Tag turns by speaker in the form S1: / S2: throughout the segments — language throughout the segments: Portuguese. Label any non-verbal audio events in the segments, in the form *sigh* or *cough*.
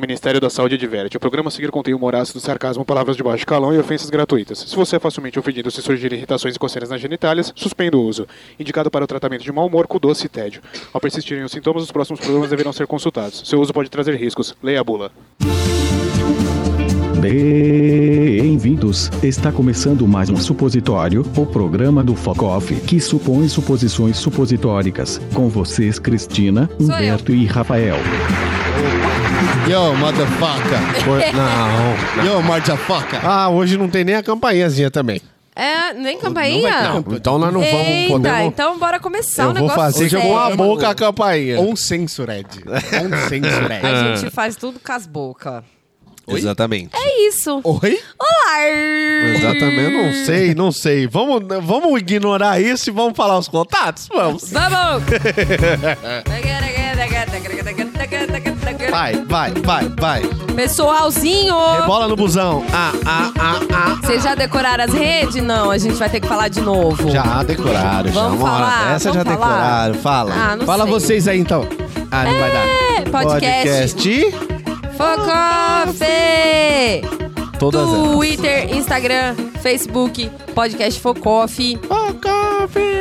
S1: Ministério da Saúde adverte. O programa a seguir contém humor ácido, sarcasmo, palavras de baixo calão e ofensas gratuitas. Se você é facilmente ofendido se surgirem irritações e coceiras nas genitálias, suspenda o uso. Indicado para o tratamento de mau humor com doce e tédio. Ao persistirem os sintomas, os próximos programas deverão ser consultados. Seu uso pode trazer riscos. Leia a bula.
S2: Bem-vindos! Está começando mais um supositório, o programa do Foco Off, que supõe suposições supositóricas. Com vocês, Cristina,
S3: Sou
S2: Humberto e Rafael.
S4: Yo, motherfucker.
S3: É.
S5: Foi- Não.
S4: Yo, *laughs* motherfucker.
S5: Ah, hoje não tem nem a campainhazinha também.
S3: É, nem campainha?
S5: Não, então nós não vamos
S3: Eita,
S5: poder.
S3: então bora começar o
S5: Eu vou
S3: negócio.
S5: fazer
S3: sério.
S5: com a boca a campainha.
S4: On censored. On censored.
S5: É.
S3: A gente faz tudo com as bocas.
S6: Exatamente.
S3: É isso.
S4: Oi?
S3: Olá!
S5: Eu
S6: Exatamente.
S5: não sei, não sei. Vamos, vamos ignorar isso e vamos falar os contatos? Vamos.
S3: Vamos!
S5: *laughs* Vai, vai, vai, vai.
S3: Pessoalzinho!
S5: Rebola no busão. Ah, ah, ah, ah.
S3: Vocês já decoraram as redes? Não, a gente vai ter que falar de novo.
S5: Já decoraram, já.
S3: Vamos
S5: Uma hora
S3: falar,
S5: dessa
S3: vamos
S5: já
S3: falar.
S5: decoraram. Fala.
S3: Ah, não
S4: Fala
S3: sei.
S4: vocês aí então.
S5: Ah, não vai dar.
S3: É, Podcast. Focofe!
S5: Todas elas.
S3: Twitter, Instagram, Facebook, podcast Focofe.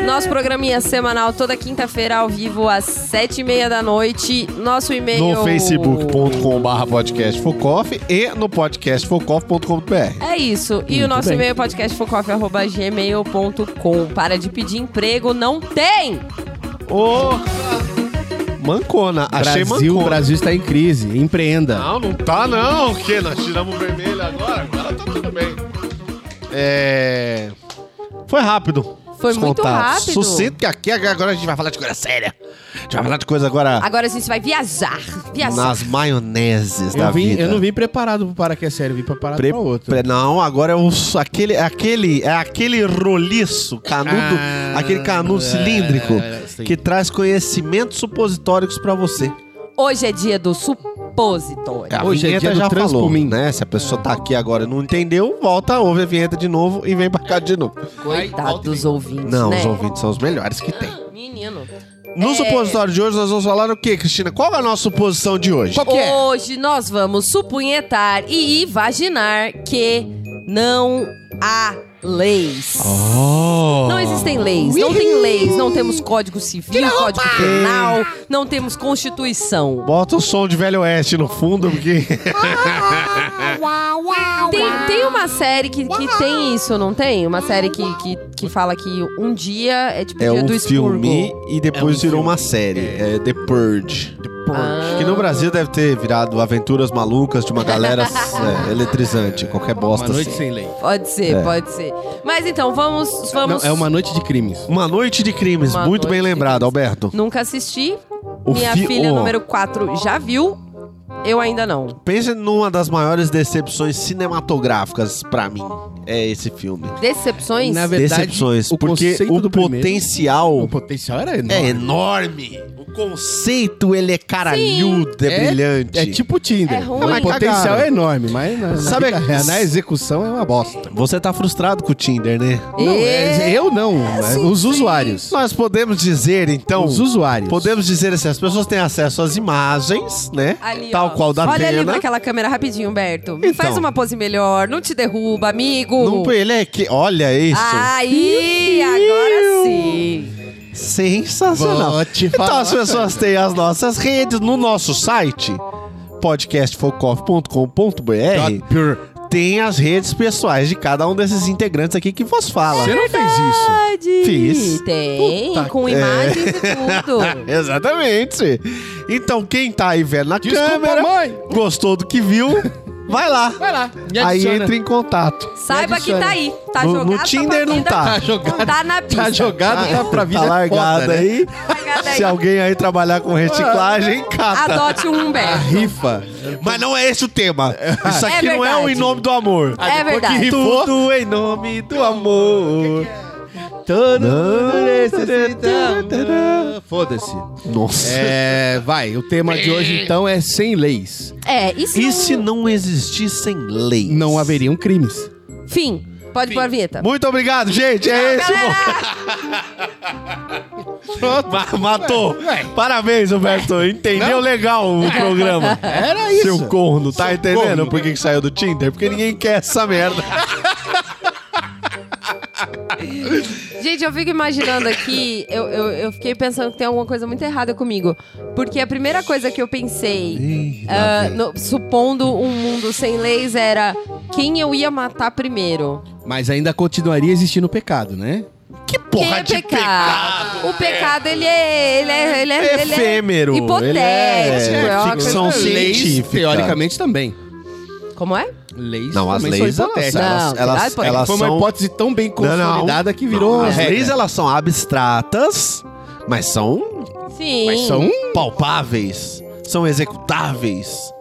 S3: Nosso programinha semanal toda quinta-feira ao vivo às sete e meia da noite. Nosso e-mail
S5: No facebook.com.br podcast Focoff e no podcast focoff.com.br.
S3: É isso. E o nosso
S5: bem.
S3: e-mail é podcastfocoff.gmail.com. Para de pedir emprego, não tem!
S5: Ô, mancona. *laughs* Achei
S4: Brasil,
S5: mancona.
S4: Brasil está em crise. Empreenda.
S5: Não, não tá não. O que? Nós tiramos o vermelho agora? Agora tá tudo bem. É... Foi rápido.
S3: Foi
S5: os
S3: muito
S5: contatos.
S3: rápido.
S5: Sucinto que aqui agora a gente vai falar de coisa séria. A gente vai falar de coisa agora
S3: Agora a gente vai viajar. Viajar.
S5: nas maioneses da
S4: Eu, vim-
S5: vida.
S4: eu não vim preparado pro para que é sério, eu vim preparado
S5: Pre-
S4: pra outro.
S5: pre- não, agora é os, aquele, aquele, é aquele roliço, canudo,
S4: Ah,
S5: aquele canudo
S4: é,
S5: cilíndrico
S4: é, sim.
S5: que traz conhecimentos supositóricos pra você.
S3: Hoje é dia do supositório.
S5: A
S4: Hoje é
S5: vinheta
S4: dia do
S5: já
S4: Trans
S5: falou,
S4: por mim.
S5: né? Se a pessoa tá aqui agora e não entendeu, volta, ouve a vinheta de novo e vem pra cá de novo.
S3: Coitado dos ouvintes,
S5: Não,
S3: né?
S5: os ouvintes são os melhores que tem.
S3: Menino.
S5: No supositório de hoje, nós vamos falar o quê, Cristina? Qual é a nossa suposição de hoje?
S3: Hoje nós vamos supunhetar e imaginar que não há leis.
S5: Ah.
S3: Não existem leis, não tem leis, não temos código civil, código penal, não temos constituição.
S5: Bota o som de Velho Oeste no fundo, porque...
S3: Tem, tem uma série que, que tem isso, não tem? Uma série que, que, que fala que um dia é tipo o
S5: É
S3: dia
S5: um
S3: do expurgo.
S5: filme e depois
S4: É um
S5: virou
S4: filme.
S5: uma série. É The Purge.
S3: Ah.
S5: Que no Brasil deve ter virado Aventuras Malucas de
S3: *laughs*
S5: uma galera é, eletrizante, qualquer
S4: Uma
S5: bosta
S4: noite
S5: assim.
S4: sem lei.
S3: Pode ser, pode ser. Mas então, vamos. vamos...
S4: Não, é uma noite de crimes.
S5: Uma noite de crimes,
S3: Uma
S5: muito bem
S3: noite de
S5: lembrado,
S3: crimes.
S5: Alberto.
S3: Nunca assisti.
S5: O
S3: Minha
S5: fi- oh.
S3: filha
S5: o-
S3: número 4 já viu. Eu ainda não.
S5: Pense numa das maiores decepções cinematográficas pra mim. É esse filme.
S3: Decepções?
S4: Na verdade,
S5: Decepções,
S4: o
S5: porque
S4: conceito
S5: o
S4: do primeiro-
S5: potencial
S4: O potencial era
S5: é
S4: enorme.
S5: enorme. O conceito ele é caralhudo, é, brilhante.
S4: É tipo Tinder.
S3: É ruim.
S4: O
S3: Mas
S4: potencial
S5: cagaram.
S4: é enorme, mas na, na
S5: Sabe
S4: vida
S5: a-
S4: real, na execução é uma bosta.
S5: Você tá frustrado com o Tinder, né?
S4: Não, é- eu não. é
S3: sim,
S4: os
S3: sim.
S4: usuários.
S5: Nós podemos dizer, então.
S4: Os usuários.
S5: Podemos dizer assim: as pessoas têm acesso às imagens, né?
S3: Ali,
S5: tal
S3: ó.
S5: qual da
S3: Olha ali é
S5: Atena.
S3: pra aquela câmera rapidinho, Humberto. Me
S5: Então.
S3: faz uma pose melhor. Não te derruba, amigo.
S5: Não, ele é que. Olha isso.
S3: Ah. Aí, agora sim.
S5: Sensacional.
S4: Vou te
S5: então
S4: falar.
S5: as pessoas têm as nossas redes no nosso site podcastfocoff.com.br
S4: Pure.
S5: tem as redes pessoais de cada um desses integrantes aqui que vos fala.
S4: Você não fez isso.
S5: Fiz.
S3: Tem,
S4: Puta
S3: com
S5: que- é.
S3: imagens e tudo.
S5: *laughs* Exatamente. Então quem tá aí vendo na
S4: Desculpa,
S5: câmera,
S4: mãe.
S5: gostou do que viu, vai lá.
S4: Vai lá. Me
S5: Aí
S4: adiciona.
S5: entra em contato.
S3: Saiba que tá aí. Tá
S5: No- no
S3: jogado. tá
S5: Tinder não
S3: batida,
S5: tá.
S4: Tá jogado.
S3: Não tá na pista.
S4: Tá jogado, tá pra vida.
S5: Tá largada
S4: foda, né?
S5: aí.
S3: Largada aí.
S5: Se alguém tá- aí trabalhar com reciclagem, cata.
S3: Adote um Humberto.
S4: Rifa.
S5: Mas não é esse o tema. Isso
S3: É
S5: aqui não é o
S3: verdade.
S5: Em Nome do Amor.
S3: É
S5: Depois que
S3: verdade.
S5: rifou- Tudo em nome do amor.
S4: Todo
S5: Não.
S4: mundo necessita. Foda-se.
S5: Nossa.
S4: É, vai. O tema de hoje, então, é sem leis.
S3: É, e se,
S5: Ah, E
S3: não-
S5: se não existissem leis?
S4: Não haveriam crimes.
S3: Fim. Pode pôr a vinheta. Ah,
S5: Muito obrigado, gente. É esse,
S3: Galera,
S5: Ma- Matou. Parabéns, Humberto. Entendeu legal o programa.
S4: Era isso.
S5: Seu corno. Tá entendendo por que, que saiu do Tinder? Porque ninguém quer essa merda.
S3: gente, eu fico imaginando aqui, eu, eu, eu fiquei pensando que tem alguma coisa muito errada comigo. Porque a primeira coisa que eu pensei, ah, no- supondo um mundo sem leis, era quem eu ia matar primeiro.
S4: Mas ainda continuaria existindo o pecado, né?
S5: Que
S3: quem é pecado? O pecado, ele é. Ele é, ele é ele é
S5: Efêmero,
S3: hipotético.
S5: ele é
S3: uma coisa-
S5: ficção
S4: Ah, Leis,
S5: científica.
S4: Teoricamente também.
S3: Como é?
S4: Leis
S5: Não, as
S4: também
S5: leis
S4: são
S5: elas,
S4: hipotéticas. é
S5: elas,
S3: Não,
S5: elas,
S3: ah, pô,
S5: elas
S4: Foi uma
S5: são...
S4: hipótese tão bem consolidada que virou. né?
S5: As
S4: regra.
S5: leis, elas são abstratas, mas são,
S3: Sim.
S5: mas são palpáveis, são executáveis,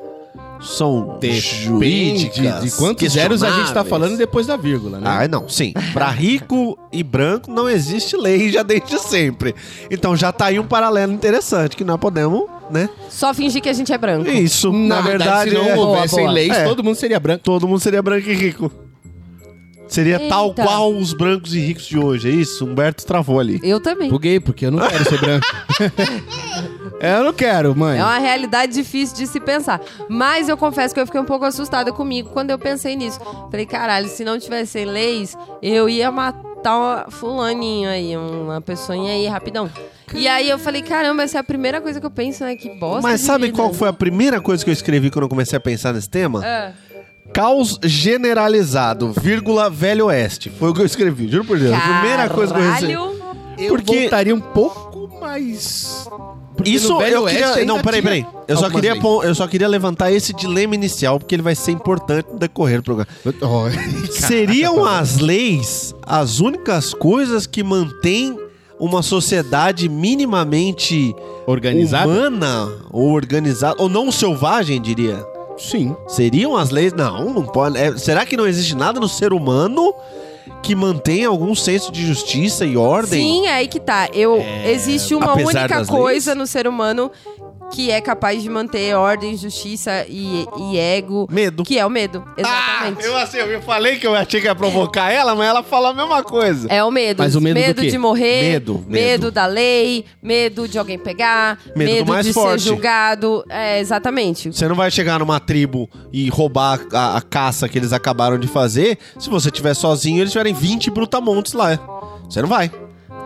S5: são
S4: Depende
S5: jurídicas.
S4: de quantos zeros a gente tá
S5: questionáveis.
S4: falando depois da vírgula, né?
S5: Ah, não, sim. Pra rico e branco não existe lei já desde sempre. Então já tá aí um paralelo interessante que nós podemos, né?
S3: Só fingir que a gente é branco.
S5: Isso, na verdade,
S4: se não
S5: é-
S4: houvessem
S3: boa.
S4: leis,
S5: É.
S4: todo mundo seria branco.
S5: todo mundo seria branco e rico. Seria tal
S3: Eita.
S5: qual os brancos e ricos de hoje, é isso? Humberto travou ali.
S3: Eu também.
S4: Buguei, porque eu não quero
S3: *laughs*
S4: ser branco. eu não quero, mãe.
S3: É uma realidade difícil de se pensar. Mas eu confesso que eu fiquei um pouco assustada comigo quando eu pensei nisso. Falei, caralho, se não tivessem leis, eu ia matar uma fulaninho aí, uma pessoinha aí, rapidão. E aí eu falei, caramba, essa é a primeira coisa que eu penso, né? Que bosta.
S5: Mas
S3: de
S5: sabe
S3: vida.
S5: qual foi a primeira coisa que eu escrevi quando eu comecei a pensar nesse tema?
S3: Ah,
S5: Caos generalizado, vírgula Velho Oeste. Foi o que eu escrevi, juro por Deus. A primeira coisa que eu recebi.
S3: caralho.
S4: Eu
S5: Porque-
S4: voltaria um pouco mais... Porque
S5: Isso
S4: no Velho
S5: eu queria.
S4: Oeste ainda
S5: não, peraí,
S4: tinha
S5: peraí. Eu só,
S4: algumas
S5: queria,
S4: leis.
S5: pon- eu só queria levantar esse dilema inicial, porque ele vai ser importante no decorrer do programa. *laughs* Seriam as leis as únicas coisas que mantêm uma sociedade minimamente
S4: Organizado?
S5: humana ou organizada, ou não selvagem, diria?
S4: Sim.
S5: Seriam as leis? Não, não pode. é, será que não existe nada no ser humano que mantenha algum senso de justiça e ordem? É,
S3: Sim, é aí que tá. Eu, existe uma
S5: apesar
S3: única
S5: das
S3: coisa no ser humano que é capaz de manter ordem, justiça e, e ego,
S5: Medo.
S3: que é o medo. Exatamente.
S5: Ah, eu, assim, eu falei que eu achei que ia provocar ela, mas ela fala a mesma coisa.
S3: É o medo.
S4: Mas o medo do quê?
S3: de morrer,
S5: Medo,
S3: medo,
S5: medo.
S3: da lei, medo de alguém pegar,
S5: Medo do
S3: medo,
S5: mais
S3: de
S5: forte.
S3: ser julgado. É, exatamente.
S5: Você não vai chegar numa tribo e roubar a, a caça que eles acabaram de fazer se você estiver sozinho e eles tiverem 20 brutamontes lá. Você não vai.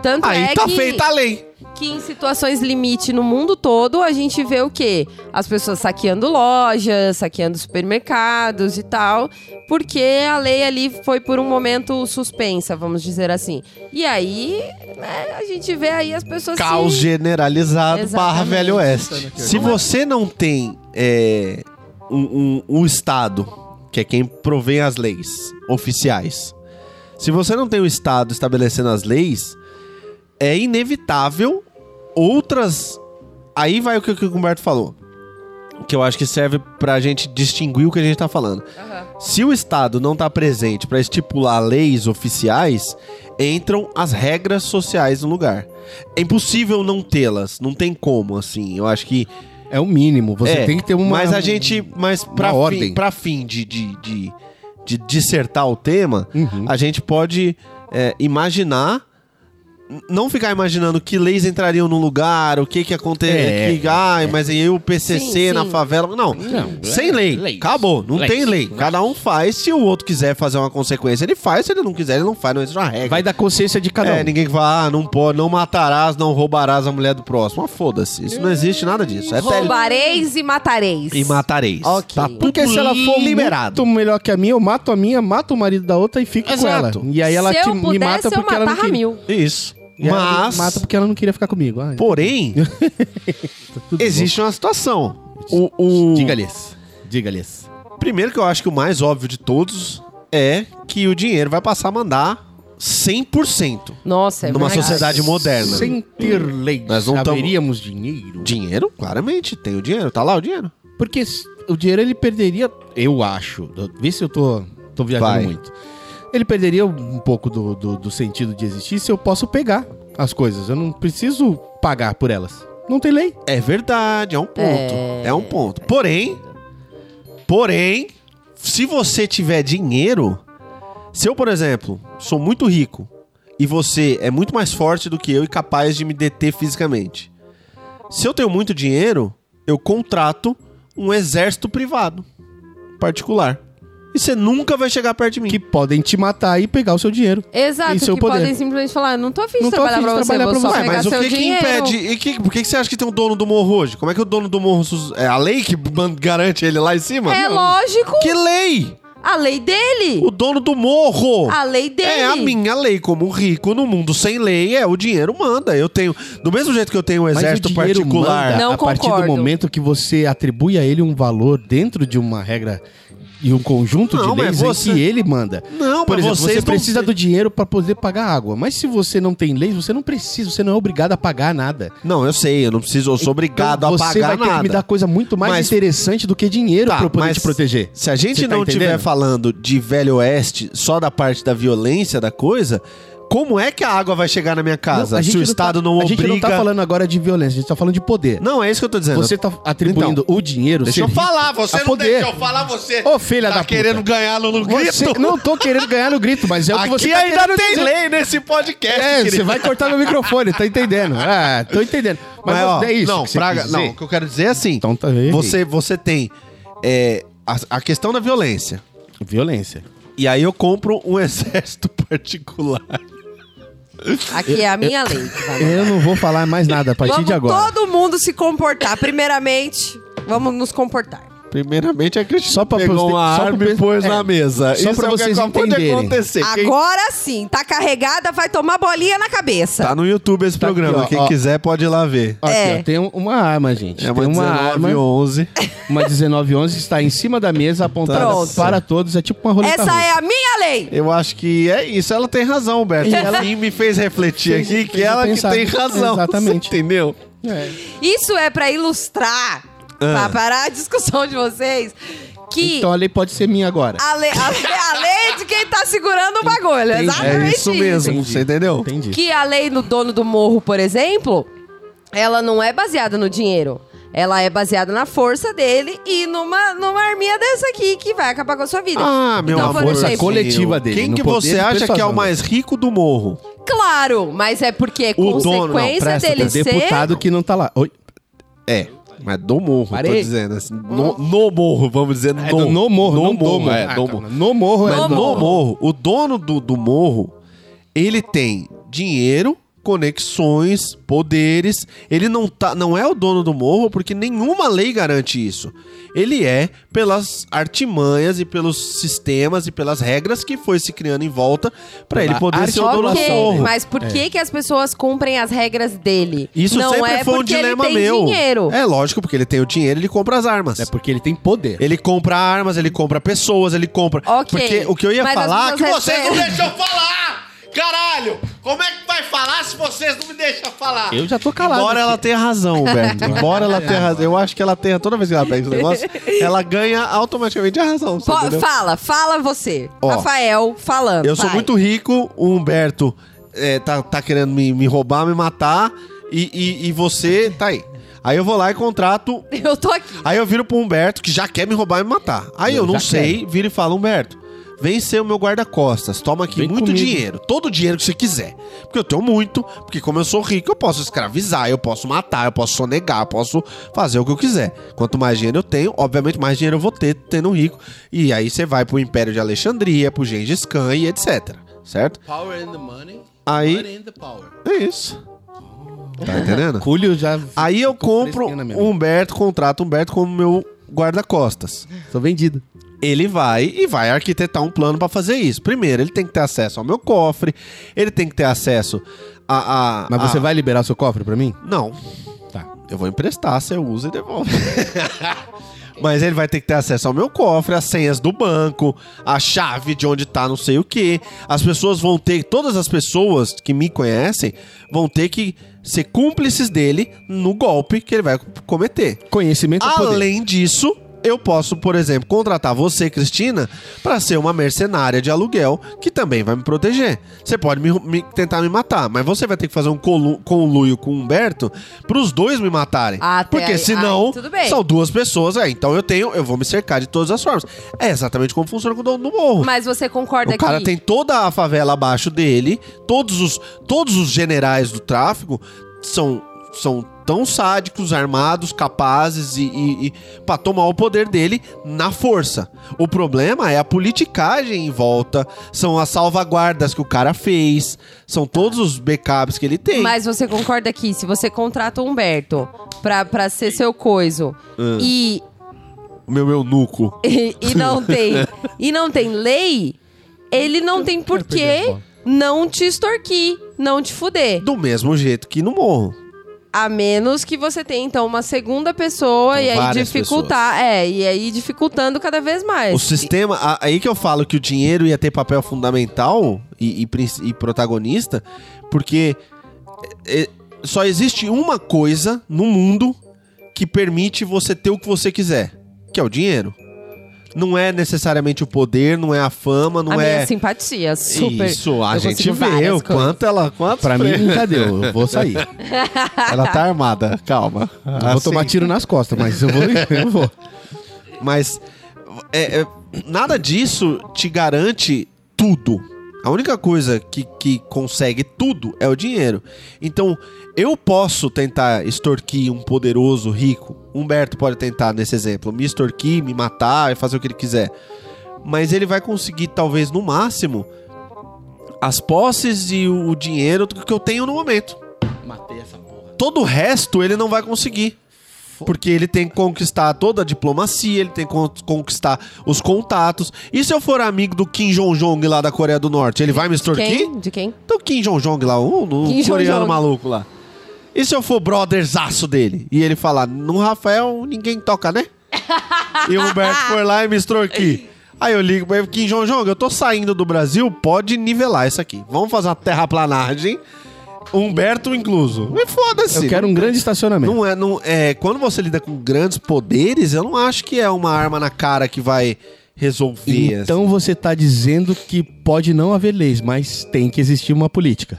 S3: Tanto
S5: Aí
S3: é
S5: tá
S3: que,
S5: feita a lei.
S3: que em situações limite no mundo todo, a gente vê o quê? As pessoas saqueando lojas, saqueando supermercados e tal, porque a lei ali foi por um momento suspensa, vamos dizer assim. E aí, né, a gente vê aí as pessoas
S5: Caos
S3: se...
S5: generalizado barra
S3: Exatamente.
S5: Velho Oeste. Se você não tem é, um, um- um Estado, que é quem provém as leis oficiais, se você não tem o Estado estabelecendo as leis, é inevitável outras. Aí vai o que, o que o Humberto falou. Que eu acho que serve pra gente distinguir o que a gente tá falando.
S3: Aham.
S5: Se o Estado não está presente para estipular leis oficiais, entram as regras sociais no lugar. É impossível não tê-las, não tem como, assim. Eu acho que.
S4: É o mínimo. Você
S5: é,
S4: tem que ter uma...
S5: Mas a gente. Mas pra
S4: uma
S5: fim,
S4: ordem.
S5: pra fim de, de, de, de dissertar o tema,
S4: Uhum.
S5: a gente pode é, imaginar. n- Não ficar imaginando que leis entrariam no lugar, o que que
S4: É.
S5: acontece. que Ai, mas aí o PCC
S3: Sim,
S5: na
S3: sim.
S5: favela. Não,
S4: Não, é
S5: sem lei.
S4: leis.
S5: Acabou. Não
S4: Leis.
S5: tem lei. Cada um faz. Se o outro quiser fazer uma consequência, ele faz. Se ele não quiser, ele não faz. Não existe uma regra.
S4: Vai da consciência de cada um.
S5: É, ninguém que fala, ah, não pode, não matarás, não roubarás a mulher do próximo. Ah, foda-se. Isso não existe nada disso. É tele...
S3: Roubareis e matareis.
S5: E matareis.
S3: Ok.
S5: Tá tudo
S4: Porque se ela for
S5: liberado.
S4: muito melhor que a minha, eu mato a minha, mato o marido da outra e fico
S5: Exato.
S4: com ela. E aí ela
S3: Se
S4: te,
S3: eu
S4: me
S3: pudesse,
S4: mata
S3: eu
S4: porque ela não
S3: matava
S4: queria.
S3: mil.
S5: Isso.
S4: E ela
S5: Mas,
S4: me mata porque ela não queria ficar comigo. Ai,
S5: porém, existe uma situação. O, o-
S4: Diga-lhes. Diga-lhes.
S5: Primeiro que eu acho que o mais óbvio de todos é que o dinheiro vai passar a mandar 100%.
S3: Nossa, é
S5: Numa
S3: verdade.
S5: sociedade moderna.
S4: Sem ter leis,
S5: Nós não tamo-
S4: haveríamos dinheiro?
S5: Dinheiro? Claramente, tem o dinheiro. Tá lá o dinheiro.
S4: Porque s- o dinheiro ele perderia, eu acho. eu- Vê se eu tô, tô viajando
S5: Vai.
S4: muito. Ele perderia um pouco do, do, do sentido de existir se eu posso pegar as coisas. Eu não preciso pagar por elas. Não tem lei.
S5: É verdade, é um ponto. É,
S3: É.
S5: um ponto. Porém, porém, se você tiver dinheiro, Se eu, por exemplo, sou muito rico e você é muito mais forte do que eu e capaz de me deter fisicamente. Se eu tenho muito dinheiro, eu contrato um exército privado particular. E você nunca vai chegar perto de mim.
S4: Que podem te matar e pegar o seu dinheiro.
S3: Exato,
S4: Isso eu
S3: que
S4: poder.
S3: podem simplesmente falar, não tô afim de
S4: Não tô
S3: trabalhar
S4: afim
S3: pra
S4: de
S3: você,
S4: trabalhar
S3: vou
S4: pra
S3: só
S4: você.
S5: Ué,
S3: pegar
S5: mas o
S3: seu
S5: que, que
S3: dinheiro.
S5: impede? E que, por que, que você acha que tem um dono do morro hoje? Como é que o dono do morro. sus- É a lei que ban- garante ele lá em cima?
S3: É lógico,
S5: Que lei?
S3: a lei dele,
S5: O dono do morro!
S3: a lei dele.
S5: É a minha lei, como rico no mundo sem lei, é o dinheiro manda. Eu tenho. Do mesmo jeito que eu tenho um
S4: Mas o
S5: exército
S4: dinheiro
S5: particular.
S4: manda
S3: Não
S4: a partir do
S3: concordo.
S4: momento que você atribui a ele um valor dentro de uma regra e um conjunto
S5: Não,
S4: de
S5: mas
S4: leis
S5: você-
S4: em que ele manda.
S5: Não,
S4: Por
S5: mas
S4: exemplo, você
S5: vocês não-
S4: precisa do dinheiro para poder pagar água. Mas se você não tem leis, você não precisa, você não é obrigado a pagar nada.
S5: Não, eu sei, eu não preciso, eu sou obrigado
S4: Então
S5: a
S4: você
S5: pagar
S4: vai ter
S5: nada.
S4: que me dar coisa muito mais
S5: Mas-
S4: interessante do que dinheiro
S5: Tá,
S4: pra eu poder
S5: mas-
S4: te proteger.
S5: Se a gente
S4: Você tá
S5: não estiver
S4: entendendo?
S5: falando de Velho Oeste, só da parte da violência da coisa, como é que a água vai chegar na minha casa?
S4: a gente
S5: se o
S4: tá-
S5: Estado não
S4: A
S5: obriga.
S4: gente não tá falando agora de violência, a gente tá falando de poder.
S5: Não, é isso que eu tô dizendo.
S4: Você tá atribuindo o dinheiro.
S5: Deixa
S4: ser
S5: eu
S4: rico
S5: falar, você
S4: a
S5: não
S4: poder.
S5: deixa eu falar, você
S4: Ô, filha
S5: tá
S4: da puta.
S5: querendo ganhar no, no grito.
S4: Você- não tô querendo ganhar no grito, mas é o que
S5: Aqui
S4: você tá
S5: ainda
S4: querendo
S5: tem
S4: dizer.
S5: lei nesse podcast,
S4: É,
S5: querido.
S4: você vai cortar meu microfone, tá entendendo? Ah, tô entendendo. Mas,
S5: ó,
S4: é isso.
S5: Não,
S4: que você
S5: Braga-
S4: quis dizer?
S5: não, o que eu quero dizer é assim.
S4: Então tá aí.
S5: você, você tem é, a, a questão da violência.
S4: Violência.
S5: E aí eu compro um *laughs* exército particular.
S3: Aqui é a minha lei. que vai.
S4: Eu não vou falar mais nada a partir
S3: Vamos
S4: de agora.
S3: todo mundo se comportar. Primeiramente, vamos nos comportar.
S5: Primeiramente, a Cristina
S4: Só pra
S5: pegou
S4: você- só
S5: uma
S4: pra
S5: arma e
S4: você-
S5: pôs
S4: é,
S5: na
S4: só
S5: mesa. Isso
S4: pra
S5: é o que
S4: vocês
S5: acabou de
S4: entenderem.
S5: acontecer.
S3: Ah,
S5: Quem
S3: Agora sim, tá carregada, vai tomar bolinha na cabeça.
S5: Tá no YouTube esse
S4: Tá aqui,
S5: programa.
S4: ó,
S5: Quem
S4: ó.
S5: quiser pode ir lá ver.
S4: Aqui,
S3: É.
S4: ó, tem um- uma arma, gente.
S5: É uma
S4: tem uma
S5: 19
S4: arma,
S5: 11.
S4: uma 1911 está em cima da mesa, apontada
S3: Pronto.
S4: para todos. É tipo uma roleta
S3: Essa
S4: russa.
S3: é a minha lei.
S5: Eu acho que é isso. Ela tem razão, Humberto.
S4: E
S5: Ela
S4: ela-
S5: me fez refletir
S4: Fez-
S5: aqui que
S4: fez eu
S5: ela que
S4: pensar.
S5: tem razão.
S4: Exatamente.
S5: Você *laughs* entendeu?
S4: É.
S3: Isso é pra ilustrar, pra parar a discussão de vocês, que
S4: Então a lei pode ser minha agora.
S3: a, lei, a lei- a lei é de quem tá segurando o bagulho.
S4: Entendi.
S3: Exatamente
S5: É isso mesmo, você entendeu?
S4: Entendi.
S3: Que a lei do dono do morro, por exemplo, ela não é baseada no dinheiro. Ela é baseada na força dele e numa, numa arminha dessa aqui que vai acabar com a sua vida.
S5: Ah, meu
S3: então,
S5: amor,
S3: por
S4: força
S3: exemplo,
S4: coletiva. dele,
S5: Quem
S4: no
S5: que
S4: poder
S5: você
S4: de
S5: acha que é
S4: persuasão.
S5: o mais rico do morro?
S3: Claro, mas é porque é
S5: O dono- não,
S3: consequência
S5: presta
S3: dele
S4: O
S3: ser...
S4: deputado que não tá lá. Oi.
S5: É, mas do morro, tô
S4: Parei.
S5: dizendo. assim, no, no morro, vamos dizer.
S4: É do no morro, não do morro.
S5: É,
S4: Ah,
S5: do
S4: tá,
S5: morro.
S4: No morro é
S5: Mas
S3: No
S5: no
S3: morro.
S5: morro, o dono do, do morro, ele tem dinheiro, conexões, poderes. Ele não, tá, não é o dono do morro porque nenhuma lei garante isso. Ele é pelas artimanhas e pelos sistemas e pelas regras que foi se criando em volta pra
S4: Pela
S5: ele poder ser é o dono do
S3: Ok,
S5: morro. É.
S3: mas por que, que as pessoas cumprem as regras dele?
S5: Isso
S3: não
S5: sempre
S3: é
S5: foi um
S3: porque
S5: dilema
S3: ele tem
S5: meu.
S3: dinheiro.
S5: É lógico, porque ele tem o dinheiro, ele compra as armas.
S4: É porque ele tem poder.
S5: Ele compra armas, ele compra pessoas, ele compra.
S3: Ok,
S5: Porque o que eu ia
S3: mas as
S5: falar é que
S3: pessoas
S5: vocês não
S3: recebem-
S5: deixam falar! Caralho! Como é que vai falar se vocês não me deixam falar?
S4: Eu já tô calado.
S5: Embora
S4: aqui.
S5: ela tenha
S4: *laughs*
S5: razão, Humberto. Embora ela tenha razão. Eu acho que ela tenha, toda vez que ela pega esse negócio, ela ganha automaticamente a razão. Você
S3: Po-
S5: entendeu?
S3: fala, fala você.
S5: Ó,
S3: Rafael falando.
S5: Eu sou
S3: vai.
S5: muito rico, o Humberto é, tá, tá querendo me, me roubar, me matar, e, e- e você tá aí. Aí eu vou lá e contrato
S3: *laughs* Eu tô aqui.
S5: Aí eu viro pro Humberto, que já quer me roubar e me matar. Aí eu,
S4: Eu
S5: não
S4: já
S5: sei, viro e falo, Humberto, vem ser o meu guarda-costas. Toma aqui
S4: Vem
S5: muito
S4: comigo.
S5: dinheiro, todo o dinheiro que você quiser. Porque eu tenho muito, porque como eu sou rico, eu posso escravizar, eu posso matar, eu posso sonegar, eu posso fazer o que eu quiser. Quanto mais dinheiro eu tenho, obviamente mais dinheiro eu vou ter tendo um rico. E aí você vai pro Império de Alexandria, pro Gengis Khan e etc. Certo?
S4: Power in the money.
S5: Aí-
S4: money in the power.
S5: É isso. Tá entendendo?
S4: *laughs* Cúlio já.
S5: aí eu compro
S4: fresquinho na minha
S5: o Humberto, contrato o Humberto como meu guarda-costas.
S4: Tô vendido.
S5: ele vai e vai arquitetar um plano pra fazer isso. Primeiro, ele tem que ter acesso ao meu cofre, ele tem que ter acesso a. a-
S4: Mas
S5: a-
S4: você vai liberar seu cofre pra mim?
S5: Não.
S4: Tá.
S5: Eu vou emprestar, você usa e devolve. *laughs* Mas ele vai ter que ter acesso ao meu cofre, as senhas do banco, a chave de onde tá não sei o que. As pessoas vão ter, todas as pessoas que me conhecem, vão ter que ser cúmplices dele no golpe que ele vai cometer.
S4: Conhecimento é poder.
S5: Além disso, eu posso, por exemplo, contratar você, Cristina, pra ser uma mercenária de aluguel que também vai me proteger. Você pode me, me- tentar me matar, mas você vai ter que fazer um colu- conluio com o Humberto pros dois me matarem.
S3: Até
S5: Porque
S3: aí-
S5: senão
S3: aí, tudo bem.
S5: são duas pessoas, é, então eu tenho, eu vou me cercar de todas as formas. É exatamente como funciona com o dono do morro.
S3: Mas você concorda
S5: O cara tá
S3: que...
S5: tem toda a favela abaixo dele, todos os, todos os generais do tráfico são, são tão sádicos, armados, capazes e, e, para tomar o poder dele na força. O problema é a politicagem em volta, são as salvaguardas que o cara fez, são todos os backups que ele tem.
S3: Mas você concorda que se você contrata o Humberto pra, pra ser seu coiso
S5: Ah.
S3: e,
S5: O meu meu nuco.
S3: e, e não
S5: *laughs*
S3: tem, e não tem lei, ele não tem
S4: É, perdi a
S3: porquê
S4: bola.
S3: não te extorquir, não te fuder.
S5: Do mesmo jeito que no morro.
S3: A menos que você tenha, então, uma segunda pessoa
S5: Com
S3: e aí
S5: Então, várias
S3: dificultar. É, e aí dificultando cada vez mais.
S5: O sistema, a- aí que eu falo que o dinheiro ia ter papel fundamental e, e princ- e protagonista, porque é, é, só existe uma coisa no mundo que permite você ter o que você quiser, que é o dinheiro. Não é necessariamente o poder, não é a fama, não
S3: a minha
S5: é
S3: simpatia, Ah, assim, super.
S5: isso. A
S3: eu
S5: gente
S3: consigo
S5: vê
S3: várias
S5: o quanto ela, quanto
S4: Pra mim nunca deu, eu vou sair.
S5: ela tá armada. Calma,
S4: Eu vou
S5: Assim.
S4: tomar tiro nas costas, mas eu vou. *laughs* Eu vou.
S5: Mas é, é, nada disso te garante tudo. A única coisa que, que consegue tudo é o dinheiro. Então, eu posso tentar extorquir um poderoso rico. Humberto pode tentar, nesse exemplo, me extorquir, me matar e fazer o que ele quiser. Mas ele vai conseguir, talvez, no máximo, as posses e o o dinheiro que eu tenho no momento.
S4: Matei essa porra.
S5: Todo o resto ele não vai conseguir. Porque ele tem que conquistar toda a diplomacia, ele tem que con- conquistar os contatos. E se eu for amigo do Kim Jong-jong lá da Coreia do Norte, ele vai me extorquir?
S3: Quem? De quem?
S5: Então Kim Jong-jong lá, o o
S3: Kim
S5: coreano
S3: Jong-jong.
S5: maluco lá. E se eu for brotherzaço dele? E ele falar, no Rafael ninguém
S3: *laughs*
S5: toca, né? e o Humberto for lá e me extorquir. Aí eu ligo pra ele, Kim Jong-jong, eu tô saindo do Brasil, pode nivelar isso aqui. Vamos fazer uma terraplanagem, Humberto incluso. E foda-se.
S4: Eu quero um grande estacionamento.
S5: Não é, não é. Quando você lida com grandes poderes, eu não acho que é uma arma na cara que vai resolver. assim.
S4: Então você tá dizendo que pode não haver leis, mas tem que existir uma política.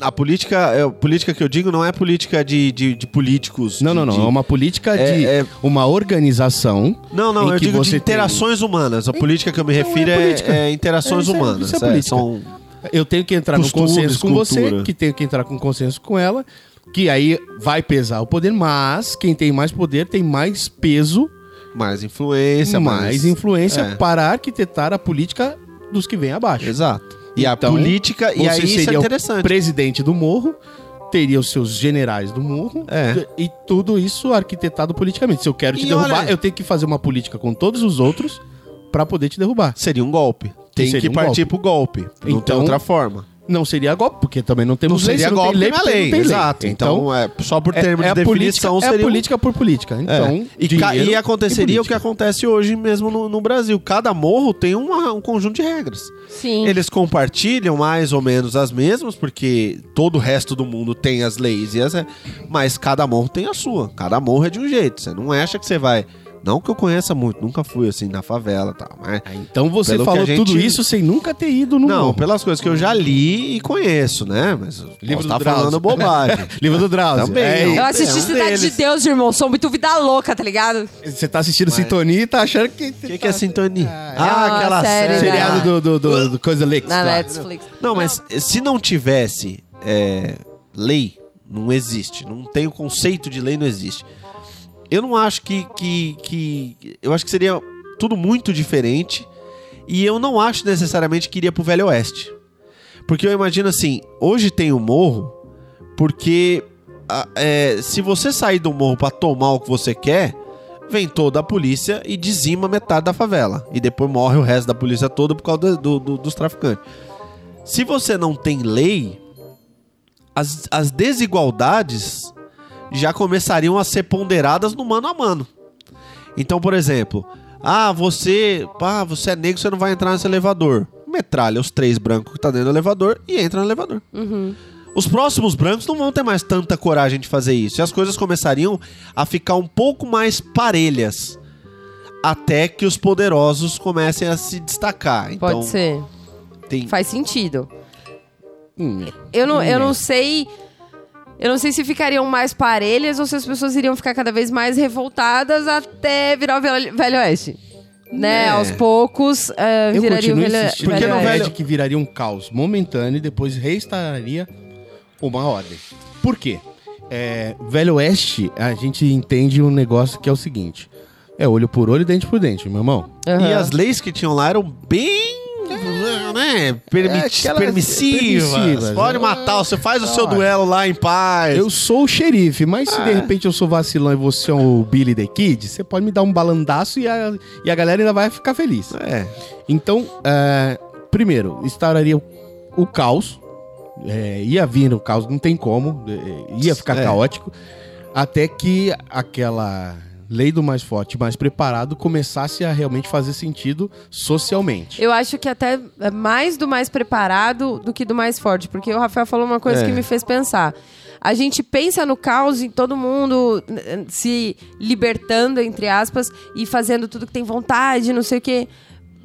S5: a política, é, a política que eu digo não é política de, de, de políticos.
S4: Não,
S5: de-
S4: não, não.
S5: de-
S4: É uma política de
S5: É, é.
S4: uma organização.
S5: Não,
S4: em
S5: não, eu
S4: que
S5: digo
S4: você
S5: de
S4: tem-
S5: interações humanas. A política que eu me
S4: Então é
S5: refiro é,
S4: política.
S5: é interações
S4: É, isso é-
S5: humanas.
S4: isso é política.
S5: são-
S4: Eu tenho que entrar
S5: Costumes,
S4: no consenso com
S5: cultura.
S4: você, que tenho que entrar com consenso com ela, que aí vai pesar o poder, mas quem tem mais poder tem mais peso,
S5: mais influência, é mais.
S4: mais influência
S5: é.
S4: para arquitetar a política dos que vêm abaixo.
S5: Exato. E
S4: Então,
S5: a política, e
S4: Você
S5: aí isso é
S4: seria o
S5: interessante.
S4: presidente do morro, teria os seus generais do morro,
S5: É.
S4: e tudo isso arquitetado politicamente. Se eu quero te
S5: E
S4: derrubar,
S5: olha-
S4: eu tenho que fazer uma política com todos os outros para poder te derrubar.
S5: Seria um golpe. Tem
S4: Seria
S5: que
S4: um
S5: partir pro golpe. Não tem
S4: Então,
S5: outra forma.
S4: Não seria golpe, porque também não temos
S5: não
S4: lei,
S5: seria
S4: se não
S5: golpe
S4: tem lei,
S5: na
S4: porque
S5: lei,
S4: não tem lei.
S5: exato. Então, é, só por
S4: É-
S5: termo
S4: é
S5: de
S4: a
S5: definição
S4: política,
S5: seria
S4: É
S5: um-
S4: política por política. Então,
S5: É. E, ca-
S4: dinheiro
S5: e aconteceria
S4: e
S5: o que
S4: política.
S5: acontece hoje mesmo no, no Brasil. Cada morro tem uma- um conjunto de regras.
S3: Sim.
S5: Eles compartilham mais ou menos as mesmas, porque todo o resto do mundo tem as leis e as. re- Mas cada morro tem a sua. Cada morro é de um jeito. Você não acha que você vai. Não que eu conheça muito, nunca fui assim na favela e tal, mas.
S4: Então você
S5: Pelo que
S4: falou
S5: a gente-
S4: tudo isso sem nunca ter ido no
S5: Não,
S4: um morro.
S5: pelas coisas que eu já li e conheço, né? Mas eu
S4: Livro
S5: posso
S4: do
S5: tá
S4: Drauzio.
S5: falando bobagem.
S4: Livro do Drauzio.
S5: Também,
S4: É,
S5: não.
S3: Eu assisti
S5: É um
S3: Cidade de
S5: deles.
S3: Deus, irmão. Sou muito vida louca, tá ligado?
S4: Você tá assistindo Sintonia e tá achando que...
S5: O que, que é sintonia? Ah,
S3: é uma
S5: aquela
S3: série
S5: série.
S3: da-
S4: Seriado do, do, do, do Coisa Lex.
S3: Na
S4: lá.
S3: Netflix.
S5: Não, é- mas se não tivesse é, lei, não existe. Não tem o conceito de lei, não existe. Eu não acho que, que, que. Eu acho que seria tudo muito diferente. E eu não acho necessariamente que iria pro Velho Oeste. Porque eu imagino assim: hoje tem o morro, porque a- é, se você sair do morro pra tomar o que você quer, vem toda a polícia e dizima metade da favela. E depois morre o resto da polícia toda por causa do- do- dos traficantes. Se você não tem lei, as, as desigualdades já começariam a ser ponderadas no mano a mano. Então, por exemplo, ah, você, pá, você é negro, você não vai entrar nesse elevador. Metralha os três brancos que tá dentro do elevador e entra no elevador.
S3: Uhum.
S5: Os próximos brancos não vão ter mais tanta coragem de fazer isso. E as coisas começariam a ficar um pouco mais parelhas. até que os poderosos comecem a se destacar. Então,
S3: Pode ser.
S5: Tem...
S3: Faz sentido.
S4: Hum.
S3: Eu não, eu
S4: Hum.
S3: não sei. Eu não sei se ficariam mais parelhas ou se as pessoas iriam ficar cada vez mais revoltadas até virar o Velho, velho Oeste. Né?
S5: É.
S3: Aos poucos, eh,
S4: Eu
S3: viraria o
S4: continuo
S3: Velho,
S4: insistindo
S5: Porque
S3: velho
S4: na
S5: não
S3: Oeste.
S5: velho-
S4: ideia de que viraria um caos momentâneo e depois reinstauraria uma ordem. Por quê? É, velho Oeste, a gente entende um negócio que é o seguinte. É olho por olho, dente por dente, meu irmão.
S3: Aham.
S5: E as leis que tinham lá eram bem. Né, permi-
S4: É, aquelas
S5: permissivas.
S4: permissivas,
S5: Pode
S3: Ah,
S4: né?
S5: matar, você faz o seu
S4: Olha.
S5: duelo lá em
S3: É
S5: paz.
S4: Eu sou o xerife, mas
S3: Ah,
S4: se de repente eu sou vacilão e você é o Billy the Kid, você pode me dar um balandaço e a, e a galera ainda vai ficar feliz.
S5: É.
S4: Então, é, primeiro, instauraria o, o caos. É, ia vir o caos, não tem como. é, ia ficar
S5: É.
S4: caótico. Até que aquela lei do mais forte, mais preparado, começasse a realmente fazer sentido socialmente.
S3: Eu acho que até é mais do mais preparado do que do mais forte, porque o Rafael falou uma coisa
S5: É.
S3: que me fez pensar. A gente pensa no caos e todo mundo eh, se libertando, entre aspas, e fazendo tudo que tem vontade, não sei o quê.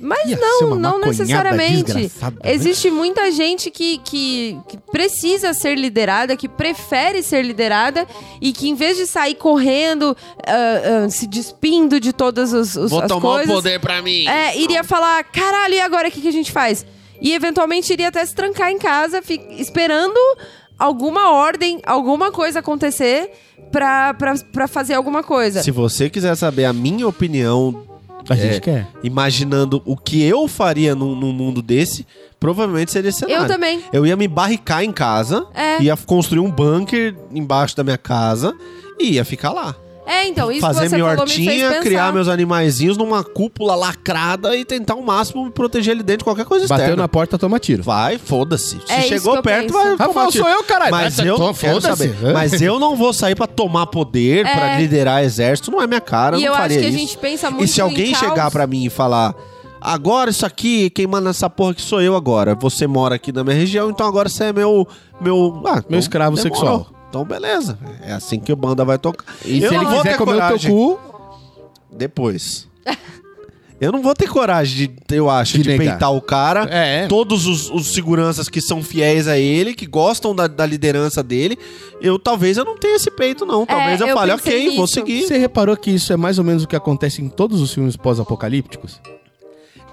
S3: Mas
S4: Ia ser
S3: não,
S4: uma
S3: não
S4: maconhada
S3: necessariamente.
S4: desgraçada,
S5: É
S4: né?
S3: Existe muita gente que, que, que precisa ser liderada, que prefere ser liderada e que, em vez de sair correndo, ah, ah, se despindo de todas os, os,
S5: Vou
S3: as
S5: tomar
S3: coisas,
S5: o poder pra mim.
S3: é, iria falar, caralho, e agora o que, que a gente faz? E eventualmente iria até se trancar em casa, fi- esperando alguma ordem, alguma coisa acontecer pra, pra, pra fazer alguma coisa.
S5: Se você quiser saber a minha opinião, é,
S4: A gente quer.
S5: imaginando o que eu faria num, num mundo desse, provavelmente seria esse cenário.
S3: Eu também.
S5: Eu ia me barricar em casa,
S3: É.
S5: ia construir um bunker embaixo da minha casa e ia ficar lá.
S3: É, então, isso que
S5: Fazer
S3: você
S5: minha
S3: falou me fez
S5: hortinha,
S3: pensar.
S5: criar meus animaizinhos numa cúpula lacrada e tentar ao máximo me proteger ali dentro de qualquer coisa
S4: Bateu
S5: externa.
S4: na porta, toma tiro.
S5: Vai, foda-se. Se
S3: É isso que
S5: chegou
S3: eu
S5: perto,
S3: penso.
S5: vai tomar
S4: Rafael,
S5: tiro.
S4: sou eu, caralho.
S5: Mas
S4: Vai,
S5: eu,
S4: tô-
S5: quero
S4: foda-se.
S5: saber. Mas eu não vou sair pra tomar poder,
S3: É.
S5: pra liderar exército. Não é minha cara,
S3: e
S5: eu
S3: eu
S5: não
S3: acho
S5: faria
S3: que
S5: isso.
S3: a gente pensa muito
S5: E se
S3: em
S5: alguém
S3: caos.
S5: chegar pra mim e falar: agora isso aqui, quem manda essa porra que sou eu agora. Você mora aqui na minha região, então agora você é meu. Meu, ah, então
S4: escravo sexual.
S5: Então beleza. É assim que a banda vai tocar.
S4: E
S5: Eu
S4: se ele
S5: não vou
S4: quiser
S5: ter
S4: comer
S5: coragem.
S4: o teu cu,
S5: Depois. eu não vou ter coragem, de, eu acho,
S4: De
S5: de,
S4: negar.
S5: peitar o cara.
S4: É.
S5: Todos os, os seguranças que são fiéis a ele, que gostam da, da liderança dele, eu talvez eu não tenha esse peito, não. Talvez eu,
S3: É, eu
S5: fale,
S3: pensei
S5: ok, vou
S3: nisso.
S5: seguir.
S4: você reparou que isso é mais ou menos o que acontece em todos os filmes pós-apocalípticos?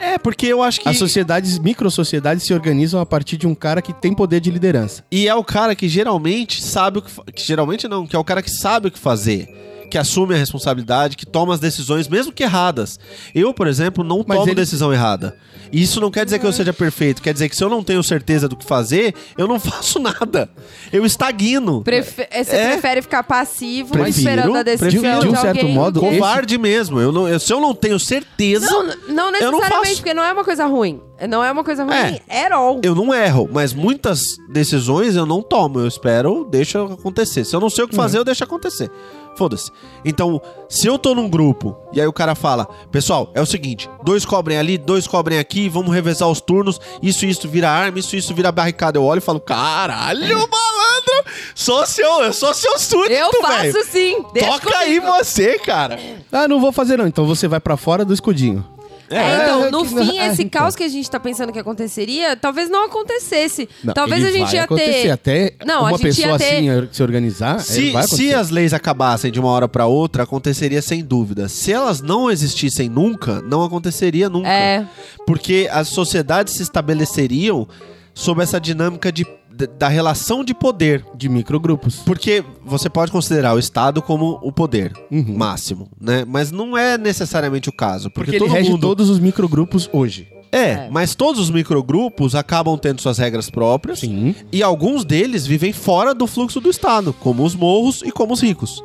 S5: É, porque eu acho que.
S4: As sociedades, microsociedades se organizam a partir de um cara que tem poder de liderança.
S5: E é o cara que geralmente sabe o que, fa- que geralmente não, que é o cara que sabe o que fazer, que assume a responsabilidade, que toma as decisões mesmo que erradas. Eu, por exemplo, não
S4: Mas
S5: tomo
S4: ele-
S5: decisão errada. E isso não quer dizer que eu seja perfeito, quer dizer que se eu não tenho certeza do que fazer, eu não *laughs* faço nada. Eu estagno.
S3: Prefe- é, Você
S5: É.
S3: prefere ficar passivo,
S4: Prefiro,
S3: esperando a decisão
S4: prefiro. De um certo
S3: alguém,
S4: modo,
S3: porque-
S5: Covarde mesmo. Eu não, eu- se eu não tenho certeza,
S3: Não, não
S5: Eu não
S3: necessariamente,
S5: faço.
S3: porque não é uma coisa ruim. Não é uma coisa ruim, at all.
S5: eu não erro, mas muitas decisões eu não tomo. Eu espero, deixa acontecer. Se eu não sei o que
S3: Uhum.
S5: fazer, eu deixo acontecer. Foda-se. Então, se eu tô num grupo e aí o cara fala: Pessoal, é o seguinte, dois cobrem ali, dois cobrem aqui, vamos revezar os turnos, isso, isso vira arma, isso, isso vira barricada. Eu olho e falo: Caralho, malandro! Sou seu, eu sou seu súdito,
S3: É. Eu faço
S5: velho.
S3: sim. deixa
S5: Toca aí
S3: comigo.
S5: você, cara.
S4: Ah, não vou fazer não. Então você vai pra fora do escudinho.
S3: É, então, no
S4: que-
S3: fim,
S4: é,
S3: esse
S4: então.
S3: caos que a gente tá pensando que aconteceria, talvez não acontecesse.
S4: Não,
S3: talvez
S4: ele
S3: a gente
S4: vai
S3: ia
S4: acontecer.
S3: ter.
S4: Até
S3: Não, a
S4: uma
S3: gente ia
S4: pessoa
S3: ter-
S4: assim se organizar, ele
S5: Se,
S4: vai
S5: se
S4: acontecer.
S5: as leis acabassem de uma hora pra outra, aconteceria sem dúvida. Se elas não existissem nunca, não aconteceria nunca.
S3: É.
S5: Porque as sociedades se estabeleceriam sob essa dinâmica de, d- da relação de poder.
S4: De microgrupos.
S5: Porque você pode considerar o Estado como o poder
S4: Uhum.
S5: máximo, né? Mas não é necessariamente o caso. Porque,
S4: Porque, ele
S5: todo
S4: rege
S5: mundo.
S4: todos os microgrupos hoje.
S5: É,
S3: É.
S5: mas todos os microgrupos acabam tendo suas regras próprias.
S4: Sim.
S5: E alguns deles vivem fora do fluxo do Estado, como os morros e como os ricos.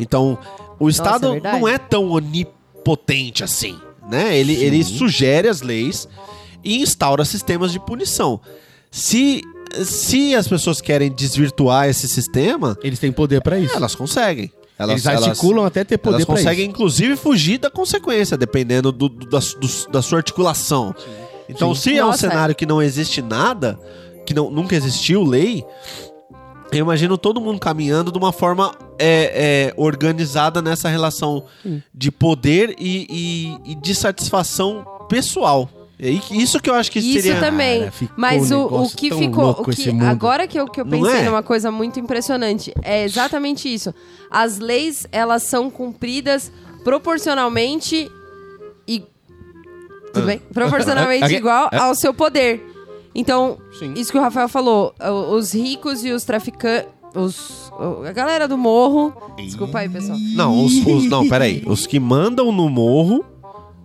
S5: Então, o Estado
S3: é verdade.
S5: não é tão onipotente assim, né? Ele, ele sugere as leis e instaura sistemas de punição. Se, se as pessoas querem desvirtuar esse sistema,
S4: Eles têm poder pra isso.
S5: elas conseguem. Elas,
S4: Eles
S5: elas-
S4: articulam até ter poder
S5: elas
S4: pra
S5: conseguem,
S4: isso.
S5: inclusive, fugir da consequência, dependendo do- do- da, su- do- da sua articulação. Então, se é um
S3: Nossa.
S5: cenário que não existe nada, que não, nunca existiu lei, Eu imagino todo mundo caminhando de uma forma é, é, organizada nessa relação de poder e, e- e de satisfação pessoal. É i- isso que eu acho que
S3: Isso
S5: seria.
S3: também.
S4: Cara, ficou
S3: Mas
S4: um
S3: o, o
S4: negócio
S3: que
S4: tão
S3: ficou.
S4: louco
S3: O que,
S4: esse mundo.
S3: agora que eu, que eu
S5: Não
S3: pensei
S5: é?
S3: numa coisa muito impressionante. É exatamente isso. As leis, elas são cumpridas proporcionalmente e.
S4: Ah.
S3: Tudo bem?
S4: *laughs*
S3: Proporcionalmente
S4: Ok.
S3: igual ao seu poder. Então,
S4: Ah. Sim.
S3: isso que o Rafael falou. o- Os ricos e os traficantes. Os, o- a galera do morro. Desculpa aí, pessoal.
S5: Não, os, os-
S3: *laughs*
S5: não, peraí. Os que mandam no morro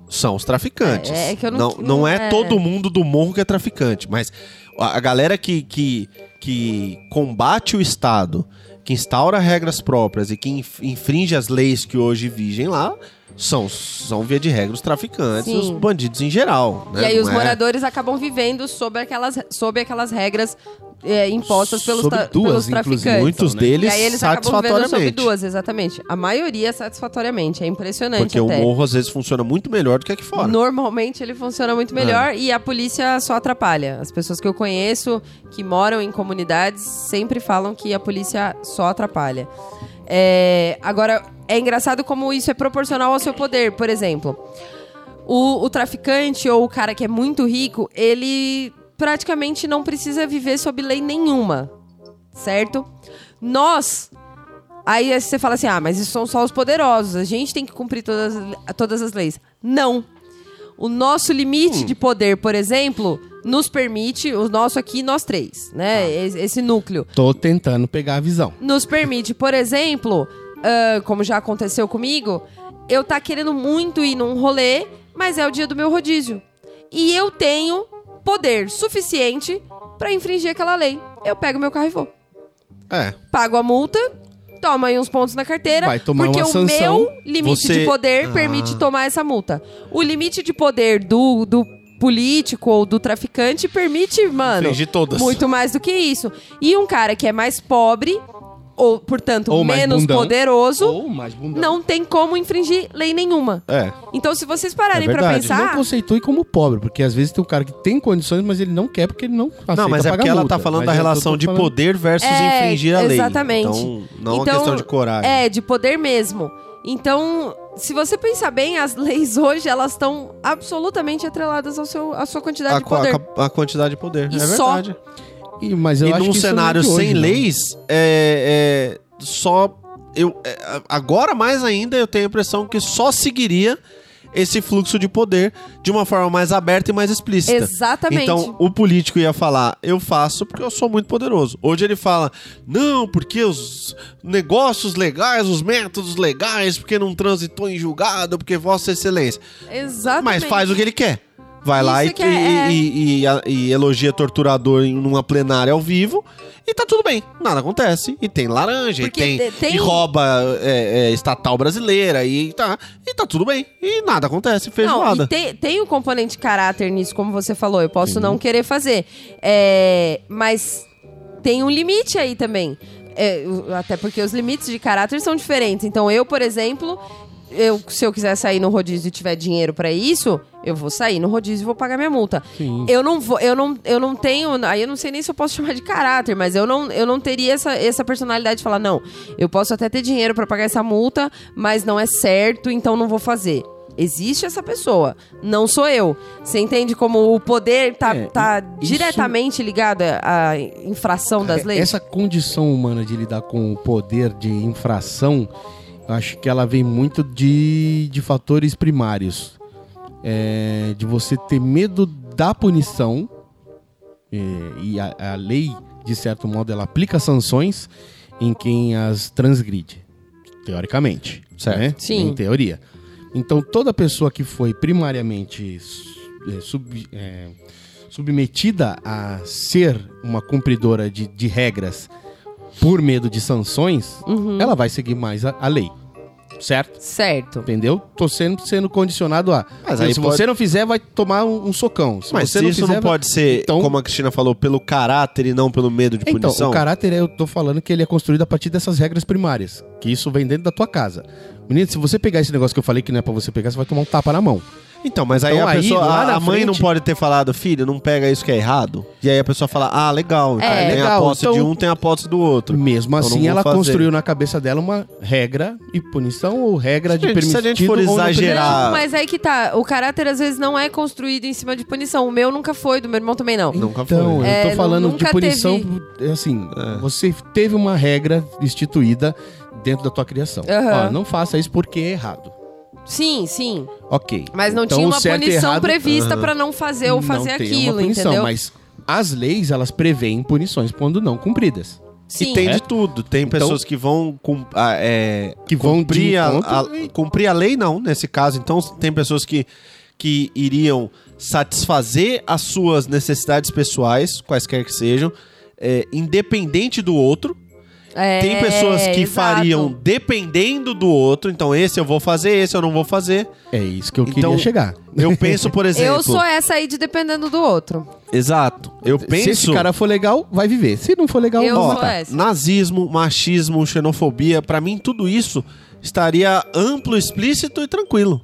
S5: são os traficantes.
S3: É, é que eu não-
S5: não,
S3: não-
S5: é,
S3: é.
S5: todo mundo do morro que é traficante, mas a, a galera que, que, que combate o Estado, que instaura regras próprias e que inf- infringe as leis que hoje vigem lá. São, são, via de regra, os traficantes e os
S3: Sim.
S5: bandidos em geral. né?
S3: E aí
S5: Não
S3: os
S5: é-
S3: moradores acabam vivendo sob aquelas, sob aquelas regras é, impostas pelos,
S4: Sobre
S3: ta-
S4: duas,
S3: pelos
S4: inclusive.
S3: traficantes.
S5: Muitos
S4: né?
S5: deles
S3: e aí eles acabam vivendo sob
S5: satisfatoriamente.
S3: duas, né? exatamente. A maioria satisfatoriamente. É impressionante
S5: Porque o
S3: até.
S5: morro às vezes funciona muito melhor do que aqui fora.
S3: Normalmente ele funciona muito melhor e a polícia só atrapalha. As pessoas que eu conheço que moram em comunidades sempre falam que a polícia só atrapalha. É, agora, é engraçado como isso é proporcional ao seu poder, por exemplo. O, o traficante ou o cara que é muito rico, ele praticamente não precisa viver sob lei nenhuma, certo? Nós. Aí você fala assim: ah, mas isso são só os poderosos, a gente tem que cumprir todas, todas as leis. Não. O nosso limite de poder, por exemplo, nos permite, o nosso aqui, nós três, né? Es- Esse núcleo
S4: Tô tentando pegar a visão.
S3: nos permite, por exemplo, ah, como já aconteceu comigo, eu tá querendo muito ir num rolê, mas é o dia do meu rodízio. E eu tenho poder suficiente pra infringir aquela lei. Eu pego meu carro e vou.
S5: É.
S3: Pago a multa, tomo aí uns pontos na carteira,
S4: Vai tomar
S3: porque
S4: uma
S3: o
S4: sanção,
S3: meu limite
S5: você-
S3: de poder
S5: Ah.
S3: permite tomar essa multa. O limite de poder do, do político ou do traficante permite, mano,
S5: Infringir todas.
S3: muito mais do que isso. E um cara que é mais pobre, ou, portanto,
S4: Ou mais
S3: menos
S4: bundão.
S3: poderoso,
S4: Ou mais bundão.
S3: não tem como infringir lei nenhuma.
S5: É.
S3: Então, se vocês pararem pra
S4: É verdade. Não
S3: pensar.
S4: conceitue como pobre, porque às vezes tem um cara que tem condições, mas ele não quer porque ele não aceita
S5: não, mas é
S4: pagar
S5: porque ela
S4: multa.
S5: tá falando
S4: Mas
S5: da
S4: eu tô-
S5: relação
S4: tô
S5: de
S4: falando-
S5: poder versus
S3: É,
S5: infringir a lei.
S3: exatamente.
S5: Então, não é uma
S3: Então,
S5: questão de coragem.
S3: É, de poder mesmo. Então, se você pensar bem, as *laughs* leis hoje, elas estão absolutamente atreladas ao seu, à sua quantidade
S5: a,
S3: de
S5: co- a
S3: poder.
S5: ca- a quantidade de poder.
S3: E
S5: é
S3: só.
S5: verdade.
S4: E, mas eu
S5: E
S4: acho
S5: num
S4: que isso não é
S5: cenário
S4: de hoje,
S5: sem
S4: não.
S5: leis, é, é, só. Eu, é, a- agora mais ainda, eu tenho a impressão que só seguiria esse fluxo de poder de uma forma mais aberta e mais explícita.
S3: Exatamente.
S5: Então, o político ia falar, eu faço porque eu sou muito poderoso. Hoje ele fala, não, porque os negócios legais, os métodos legais, porque não transitou em julgado, porque Vossa Excelência.
S3: Exatamente.
S5: Mas faz o que ele quer. Vai lá
S3: Isso
S5: e,
S3: que é-
S5: e- e- e a- e elogia torturador em numa plenária ao vivo e tá tudo bem. Nada acontece. E tem laranja, e
S3: Porque
S5: tem,
S3: te- tem-
S5: E rouba é, é, estatal brasileira, e tá, e tá tudo bem. E nada acontece,
S3: Não,
S5: feijoada.
S3: e tem, tem o componente caráter nisso, como você falou. Eu posso não querer fazer. É, mas tem um limite aí também. É, o- até porque os limites de caráter são diferentes. Então, eu, por exemplo, eu, se eu quiser sair no rodízio e tiver dinheiro pra isso, eu vou sair no rodízio e vou pagar minha multa. Eu não vou, eu não, eu não tenho. Aí eu não sei nem se eu posso chamar de caráter, mas eu não, eu não teria essa, essa personalidade de falar, não, eu posso até ter dinheiro pra pagar essa multa, mas não é certo, então não vou fazer. Existe essa pessoa, não sou eu. Você entende como o poder tá,
S4: É,
S3: tá
S4: isso-
S3: diretamente ligado à à infração das
S4: É,
S3: leis?
S4: Essa condição humana de lidar com o poder de infração, eu acho que ela vem muito de, de fatores primários. É, de você ter medo da punição, é, e a, a lei, de certo modo, ela aplica sanções em quem as transgride, teoricamente.
S5: Certo.
S4: né?
S3: Sim.
S4: Em teoria. Então, toda pessoa que foi primariamente su- é, sub- é, submetida a ser uma cumpridora de, de regras por medo de sanções, ela vai seguir mais a, a lei. Certo?
S3: Certo.
S4: Entendeu? Tô sendo, sendo condicionado a.
S5: Mas aí
S4: se
S5: pode-
S4: você não fizer, vai tomar um, um socão. Se
S5: Mas
S4: você fizer,
S5: isso não
S4: vai-
S5: pode ser,
S4: Então-
S5: como a Cristina falou, pelo caráter e não pelo medo de
S4: Então,
S5: punição.
S4: o caráter, eu tô falando que ele é construído a partir dessas regras primárias. Que isso vem dentro da tua casa. Menino, se você pegar esse negócio que eu falei que não é pra você pegar, você vai tomar um tapa na mão.
S5: Então, mas aí
S4: Então
S5: a
S4: aí,
S5: pessoa,
S4: lá
S5: a,
S4: na
S5: a mãe não
S4: frente-
S5: pode ter falado, filho, não pega isso que é errado. E aí a pessoa fala, ah, legal, então
S3: É.
S5: tem
S4: Legal,
S5: a posse de
S4: então-
S5: um, tem a posse do outro.
S4: Mesmo
S5: Eu não
S4: assim,
S5: vou
S4: ela
S5: fazer.
S4: construiu na cabeça dela uma regra e punição ou regra de
S5: Gente, se
S4: permitido
S5: a gente for
S4: ou não
S5: exagerar-
S4: permitido.
S3: Não, mas aí que tá. O caráter às vezes não é construído em cima de punição. O meu nunca foi, do meu irmão também não.
S5: Nunca
S4: Então,
S5: foi.
S3: É,
S4: eu
S3: não-
S4: tô falando de
S3: nunca
S4: punição, é assim, você teve uma regra instituída dentro da tua criação.
S3: Aham.
S4: Ó, não faça isso porque é errado.
S3: Sim, sim.
S4: Ok.
S3: Mas não
S4: Então,
S3: tinha
S5: é
S3: uma
S4: certo e
S3: punição
S4: errado- ah,
S3: prevista pra não fazer ou fazer
S4: não tem
S3: aquilo,
S4: uma punição,
S3: entendeu?
S4: Mas as leis, elas preveem punições quando não cumpridas.
S3: Sim.
S5: E tem
S4: É.
S5: de tudo. Tem pessoas que vão cum- ah, é,
S4: Que vão de
S5: cumprir, a,
S4: encontro
S5: a- cumprir a lei, não, nesse caso. Então, tem pessoas que, que iriam satisfazer as suas necessidades pessoais, quaisquer que sejam, é, independente do outro.
S3: É,
S5: Tem pessoas que
S3: exato.
S5: fariam dependendo do outro. Então, esse eu vou fazer, esse eu não vou fazer.
S4: É isso que eu
S5: Então,
S4: queria chegar.
S5: Eu penso, por exemplo.
S3: *laughs* Eu sou essa aí de dependendo do outro.
S5: Exato. Eu penso.
S4: Se esse cara for legal, vai viver. Se não for legal,
S3: Eu
S4: vai
S3: sou é.
S4: matar.
S3: essa.
S5: Nazismo, machismo, xenofobia, pra mim tudo isso estaria amplo, explícito e tranquilo.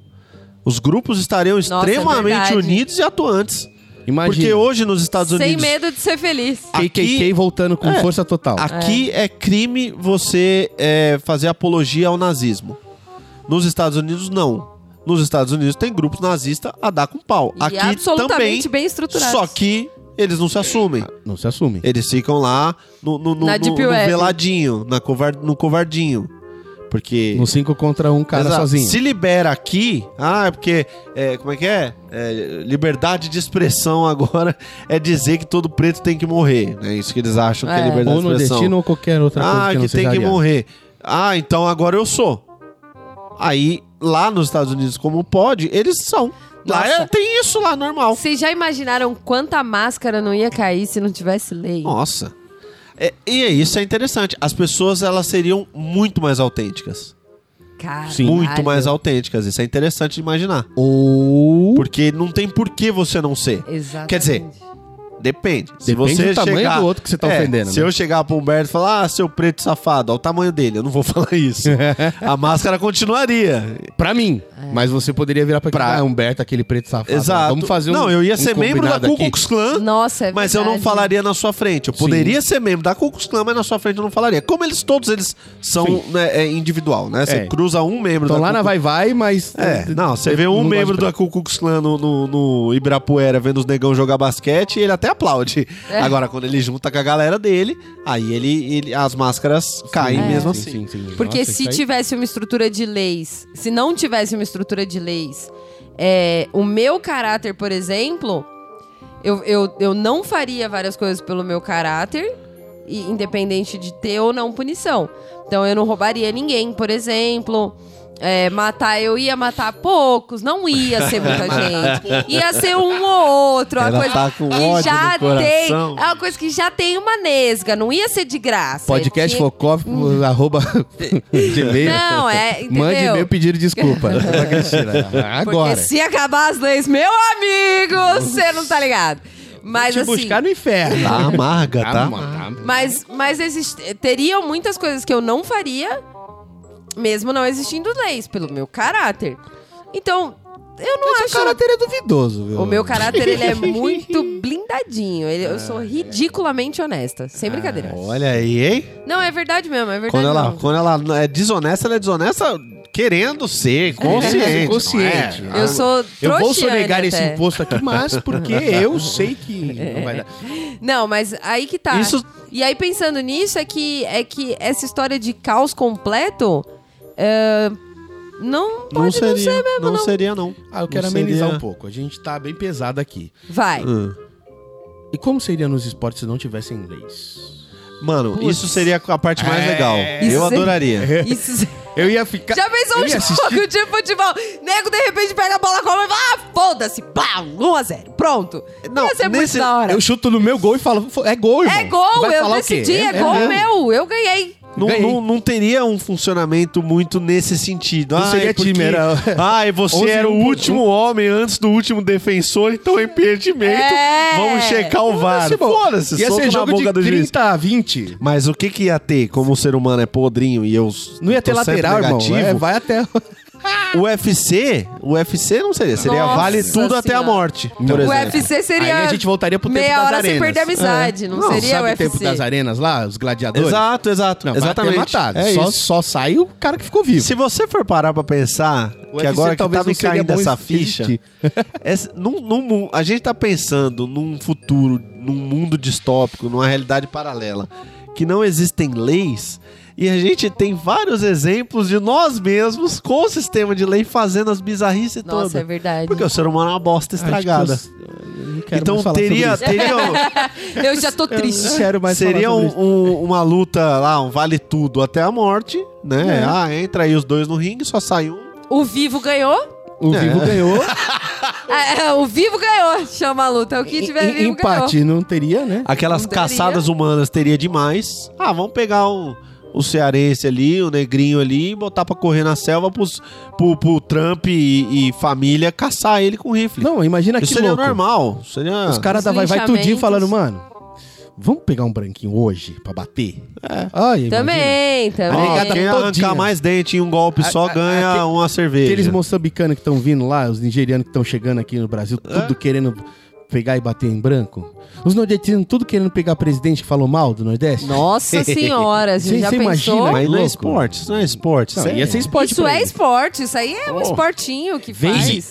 S5: Os grupos estariam extremamente
S3: é verdade.
S5: unidos e atuantes.
S4: Imagina.
S5: Porque hoje nos Estados
S3: Sem
S5: Unidos.
S3: medo de ser feliz.
S4: KKK
S5: Aqui-
S4: voltando com
S5: É.
S4: força total.
S5: Aqui é, crime você é, fazer apologia ao nazismo. Nos Estados Unidos, não. Nos Estados Unidos tem grupos nazistas a dar com pau.
S3: e
S5: Aqui também.
S3: absolutamente bem estruturado.
S5: Só que eles não se assumem.
S4: Não se assume.
S5: Eles ficam lá no, no, no,
S3: Na
S5: no-
S3: Deep
S5: no
S3: Web.
S5: veladinho, na covar- no covardinho. Porque.
S4: No 5 contra um cara
S5: Exato.
S4: sozinho.
S5: Se libera aqui. Ah, é porque. é, como é que é? É, Liberdade de expressão agora *laughs* é dizer que todo preto tem que morrer. É isso que eles acham que
S3: É.
S5: é liberdade
S4: Ou
S5: de expressão.
S4: nordestino ou qualquer outra coisa
S5: ah,
S4: que
S5: que,
S4: não
S5: tem
S4: seja
S5: que
S4: ariano.
S5: morrer. Ah, então agora eu sou. Aí, lá nos Estados Unidos, como pode, eles são. Lá
S3: Nossa.
S5: é- tem isso lá, normal.
S3: Vocês já imaginaram quanta máscara não ia cair se não tivesse lei?
S5: Nossa. É, e é isso é interessante. As pessoas elas seriam muito mais autênticas.
S3: Cara,
S4: Sim.
S5: Muito mais autênticas. Isso é interessante de imaginar.
S4: Ou...
S5: Porque não tem por que você não ser.
S3: Exatamente.
S5: Quer dizer, Depende. se
S4: Depende
S5: você
S4: do tamanho
S5: chegar...
S4: do outro que você tá
S5: É,
S4: ofendendo,
S5: Se
S4: né?
S5: eu chegar pro Humberto e falar, ah, seu preto safado, olha o tamanho dele, eu não vou *laughs*
S4: *laughs*
S5: falar isso. A máscara continuaria.
S4: Pra mim. É. Mas você poderia virar pra,
S5: Pra-
S4: Ah, Humberto, aquele preto safado.
S5: Exato.
S4: Vamos fazer um
S5: Não, eu ia
S4: um
S5: ser membro da
S4: combinado
S5: Ku
S4: aqui.
S5: Klux Klan,
S3: Nossa, é
S5: mas eu não
S3: verdade.
S5: falaria na sua frente. Eu
S4: Sim.
S5: poderia ser membro da Ku Klux Klan, mas na sua frente eu não falaria. Como eles todos eles são
S4: Sim.
S5: né, é, individual, né? Você
S4: É.
S5: cruza um membro
S4: Então
S5: da
S4: lá
S5: Ku
S4: na
S5: Klux-
S4: Vai Vai, mas...
S5: É, não, você vê um
S4: gosto
S5: membro
S4: de
S5: da Ku Klux Klan no, no, no Ibirapuera vendo os negão jogar basquete e ele até aplaude.
S3: É.
S5: Agora, quando ele junta com a galera dele, aí ele, ele- as máscaras caem mesmo assim.
S4: É, Sim, sim, sim.
S3: Porque
S4: Nossa,
S3: se
S4: isso aí-
S3: tivesse uma estrutura de leis, se não tivesse uma estrutura de leis, é, o meu caráter, por exemplo, eu, eu, eu não faria várias coisas pelo meu caráter, e- independente de ter ou não punição. Então eu não roubaria ninguém, por exemplo. É, matar, eu ia matar poucos, não ia ser
S5: *laughs*
S3: muita gente. Ia ser um ou outro. Uma
S5: Ela
S3: coisa
S5: tá com
S3: que
S5: ódio
S3: já
S5: no coração.
S3: tem. É uma coisa que já tem uma nesga, não ia ser de graça.
S4: Podcast
S3: Tinha- *laughs*
S4: focófico, arroba gmail.
S3: Hum. Não, é. Entendeu?
S4: *laughs* Mande e-mail
S3: *laughs*
S4: pedir desculpa. pra Cristina. Agora.
S3: Porque se acabar as leis, meu amigo, você não tá ligado. Mas
S4: te
S3: assim.
S4: buscar no inferno.
S5: Tá amarga, tá?
S4: Tá,
S3: Mas, mas exist- teriam muitas coisas que eu não faria, mesmo não existindo leis, pelo meu caráter. Então, eu não
S4: Mas
S3: acho.
S4: o caráter é duvidoso, viu?
S3: O meu caráter, ele é
S4: *laughs*
S3: muito blindadinho. Ele- eu sou ridiculamente honesta. Sem brincadeira.
S4: Ah,
S5: Olha aí, hein?
S3: Não, é verdade mesmo, é verdade
S5: Quando ela,
S3: mesmo.
S5: quando ela é desonesta, ela é desonesta querendo ser, É, consciente.
S4: consciente.
S5: não é?
S3: Eu sou
S4: Eu vou
S3: trouxiane
S4: sonegar esse
S3: até.
S4: imposto aqui, mas
S3: *laughs*
S4: porque eu sei que não vai dar.
S3: Não, mas aí que tá.
S5: Isso-
S3: E aí pensando nisso é que é que essa história de caos completo é, não
S5: Não
S3: pode não,
S5: seria,
S3: ser mesmo, não.
S5: não seria, não.
S4: Ah, eu quero
S5: Não
S4: amenizar
S5: seria. Ah.
S4: um pouco. A gente tá bem pesado aqui. *laughs*
S3: Vai.
S4: E como seria nos esportes se não tivessem leis?
S5: Mano, isso seria a parte mais
S4: É.
S5: legal.
S3: Isso
S5: Eu
S3: seria-
S5: adoraria.
S3: Isso-
S4: Eu ia ficar.
S3: Já pensou um
S4: eu ia
S3: jogo
S4: assistir-
S3: de futebol? Nego de repente pega a bola com a mão e fala: ah, foda-se, pá, 1x0, pronto.
S5: Não,
S3: Ia ser muito
S5: nesse-
S3: da hora.
S4: Eu chuto no meu gol e falo, "Fo- é gol, irmão.
S3: É gol,
S4: Vai
S3: eu
S4: falar o quê?
S3: decidi, é,
S4: É
S3: gol
S4: mesmo.
S3: meu, eu ganhei.
S5: Não,
S4: Ganhei.
S5: não, não teria um funcionamento muito nesse sentido.
S4: Não
S5: Ai,
S4: seria
S5: porque-
S4: time, era- *laughs*
S5: Ai, você
S4: 11
S5: era o
S4: um por-
S5: último homem antes do último defensor, então é impedimento.
S3: É.
S5: Vamos checar o VAR.
S4: Ia ser bom.
S5: Foda-se,
S4: tipo, Ia
S5: soco
S4: ser
S5: na
S4: jogo de
S5: boca do juiz.
S4: 30 a 20.
S5: Mas o que que ia ter? Como o ser humano é podrinho e eu...
S4: Não ia ter
S5: tô sempre
S4: lateral, irmão.
S5: negativo,
S4: É, vai até.
S5: O UFC, o UFC não seria, seria
S3: Nossa
S5: vale tudo até a
S3: Senhora.
S5: morte, por
S3: O
S5: exemplo.
S3: UFC *laughs* seria.
S4: é. Aí a gente voltaria pro tempo
S3: meia
S4: das
S3: hora
S4: arenas. É.
S3: sem perder a amizade. Não, seria
S4: sabe
S3: o UFC.
S4: tempo das arenas lá, os gladiadores?
S5: Exato, exato.
S4: Não,
S5: exatamente.
S4: exatamente. matado.
S5: É
S4: só,
S5: isso.
S4: só sai o cara que ficou vivo. Tá
S5: Se você for parar pra pensar
S4: O
S5: que
S4: UFC
S5: agora que
S4: talvez
S5: tá me
S4: não seria
S5: caindo
S4: bom
S5: essa
S4: fit.
S5: ficha, essa- num- num mu- a gente tá pensando num futuro, num mundo distópico, numa realidade paralela, que não existem leis, e a gente tem vários exemplos de nós mesmos com o sistema de lei fazendo as bizarrices
S3: Nossa, é
S5: todas.
S3: verdade.
S5: Porque o ser humano é uma bosta estragada.
S4: Acho que eu- eu não quero mais
S5: Então
S4: falar
S5: teria,
S4: sobre isso.
S5: teria um,
S3: Eu já tô
S4: Eu não
S3: triste.
S4: *laughs* quero mais
S5: seria
S4: falar sobre
S5: um-
S4: isso.
S5: um- uma luta lá, um vale tudo até a morte, né?
S4: É.
S5: Ah, entra aí os dois no ringue, só sai um.
S3: O Vivo ganhou?
S4: O vivo
S5: É.
S4: ganhou.
S3: *laughs* Ah, é, o Vivo ganhou, chama a luta. É O que tiver
S4: Em- em-
S3: vivo
S4: empate não teria, né?
S5: Aquelas
S3: Não teria.
S5: caçadas humanas teria demais. Ah, vamos pegar um, o cearense ali, o negrinho ali, e botar pra correr na selva pros, pro, pro Trump e, e família caçar ele com rifle.
S4: Não, imagina que
S5: Isso seria
S4: louco.
S5: normal. Seria...
S4: Os caras da
S3: Os
S4: Vai Vai Tudinho
S3: linchamentos.
S4: falando, mano, vamos pegar um branquinho hoje pra bater? É. Ai,
S3: ganhou. Também,
S5: Ó,
S3: também.
S4: Renegada
S5: quem arrancar
S4: todinha.
S5: mais dente em um golpe só
S4: A- a-
S5: ganha
S4: aque-
S5: uma cerveja.
S4: Aqueles moçambicanos que estão vindo lá, os nigerianos que estão chegando aqui no Brasil, tudo querendo pegar e bater em branco. Os nordestinos, tudo querendo pegar presidente que falou mal do Nordeste.
S3: Nossa senhora, você
S4: Sim,
S3: já
S4: você
S3: pensou?
S4: imagina?
S5: Mas não é
S4: Louco.
S5: esporte, isso não é esporte.
S4: Não,
S5: isso é-
S4: ia ser esporte
S3: Isso
S4: pra
S3: é
S4: eles.
S3: esporte, isso aí é um esportinho que
S4: Vem
S3: faz.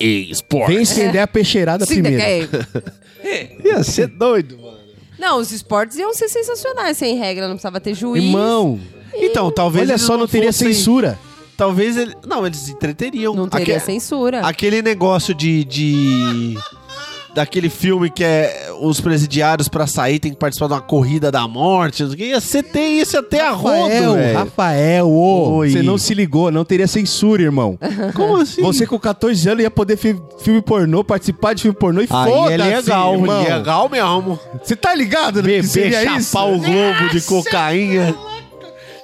S4: Vem estender a peixeirada
S3: Sim,
S4: primeiro.
S3: é.
S5: ia ser doido, mano.
S3: Não, os esportes iam ser sensacionais, sem regra, não precisava ter juiz.
S4: Irmão,
S5: Então, talvez
S4: olha
S5: eles
S4: só, não, teria
S5: fossem-
S4: censura.
S5: Talvez ele... Não, eles entreteriam.
S3: Não teria
S5: Aque-
S4: É.
S3: censura.
S5: Aquele negócio de. de- Daquele filme que é os presidiários pra sair tem que participar de uma corrida da morte. não sei o quê. Ia ser ter isso até a rodo,
S4: Rafael,
S5: velho.
S4: Rafael, ô,
S5: Oi.
S4: você não se ligou, não teria censura, *laughs* irmão.
S5: Como assim?
S4: Você com 14 anos ia poder fi- filme pornô, participar de filme pornô e
S5: Aí
S4: foda-se,
S5: é legal,
S4: irmão.
S5: legal mesmo.
S4: Você tá ligado no que
S5: Beber,
S4: seria
S5: chapar
S4: isso?
S5: o globo de cocaína.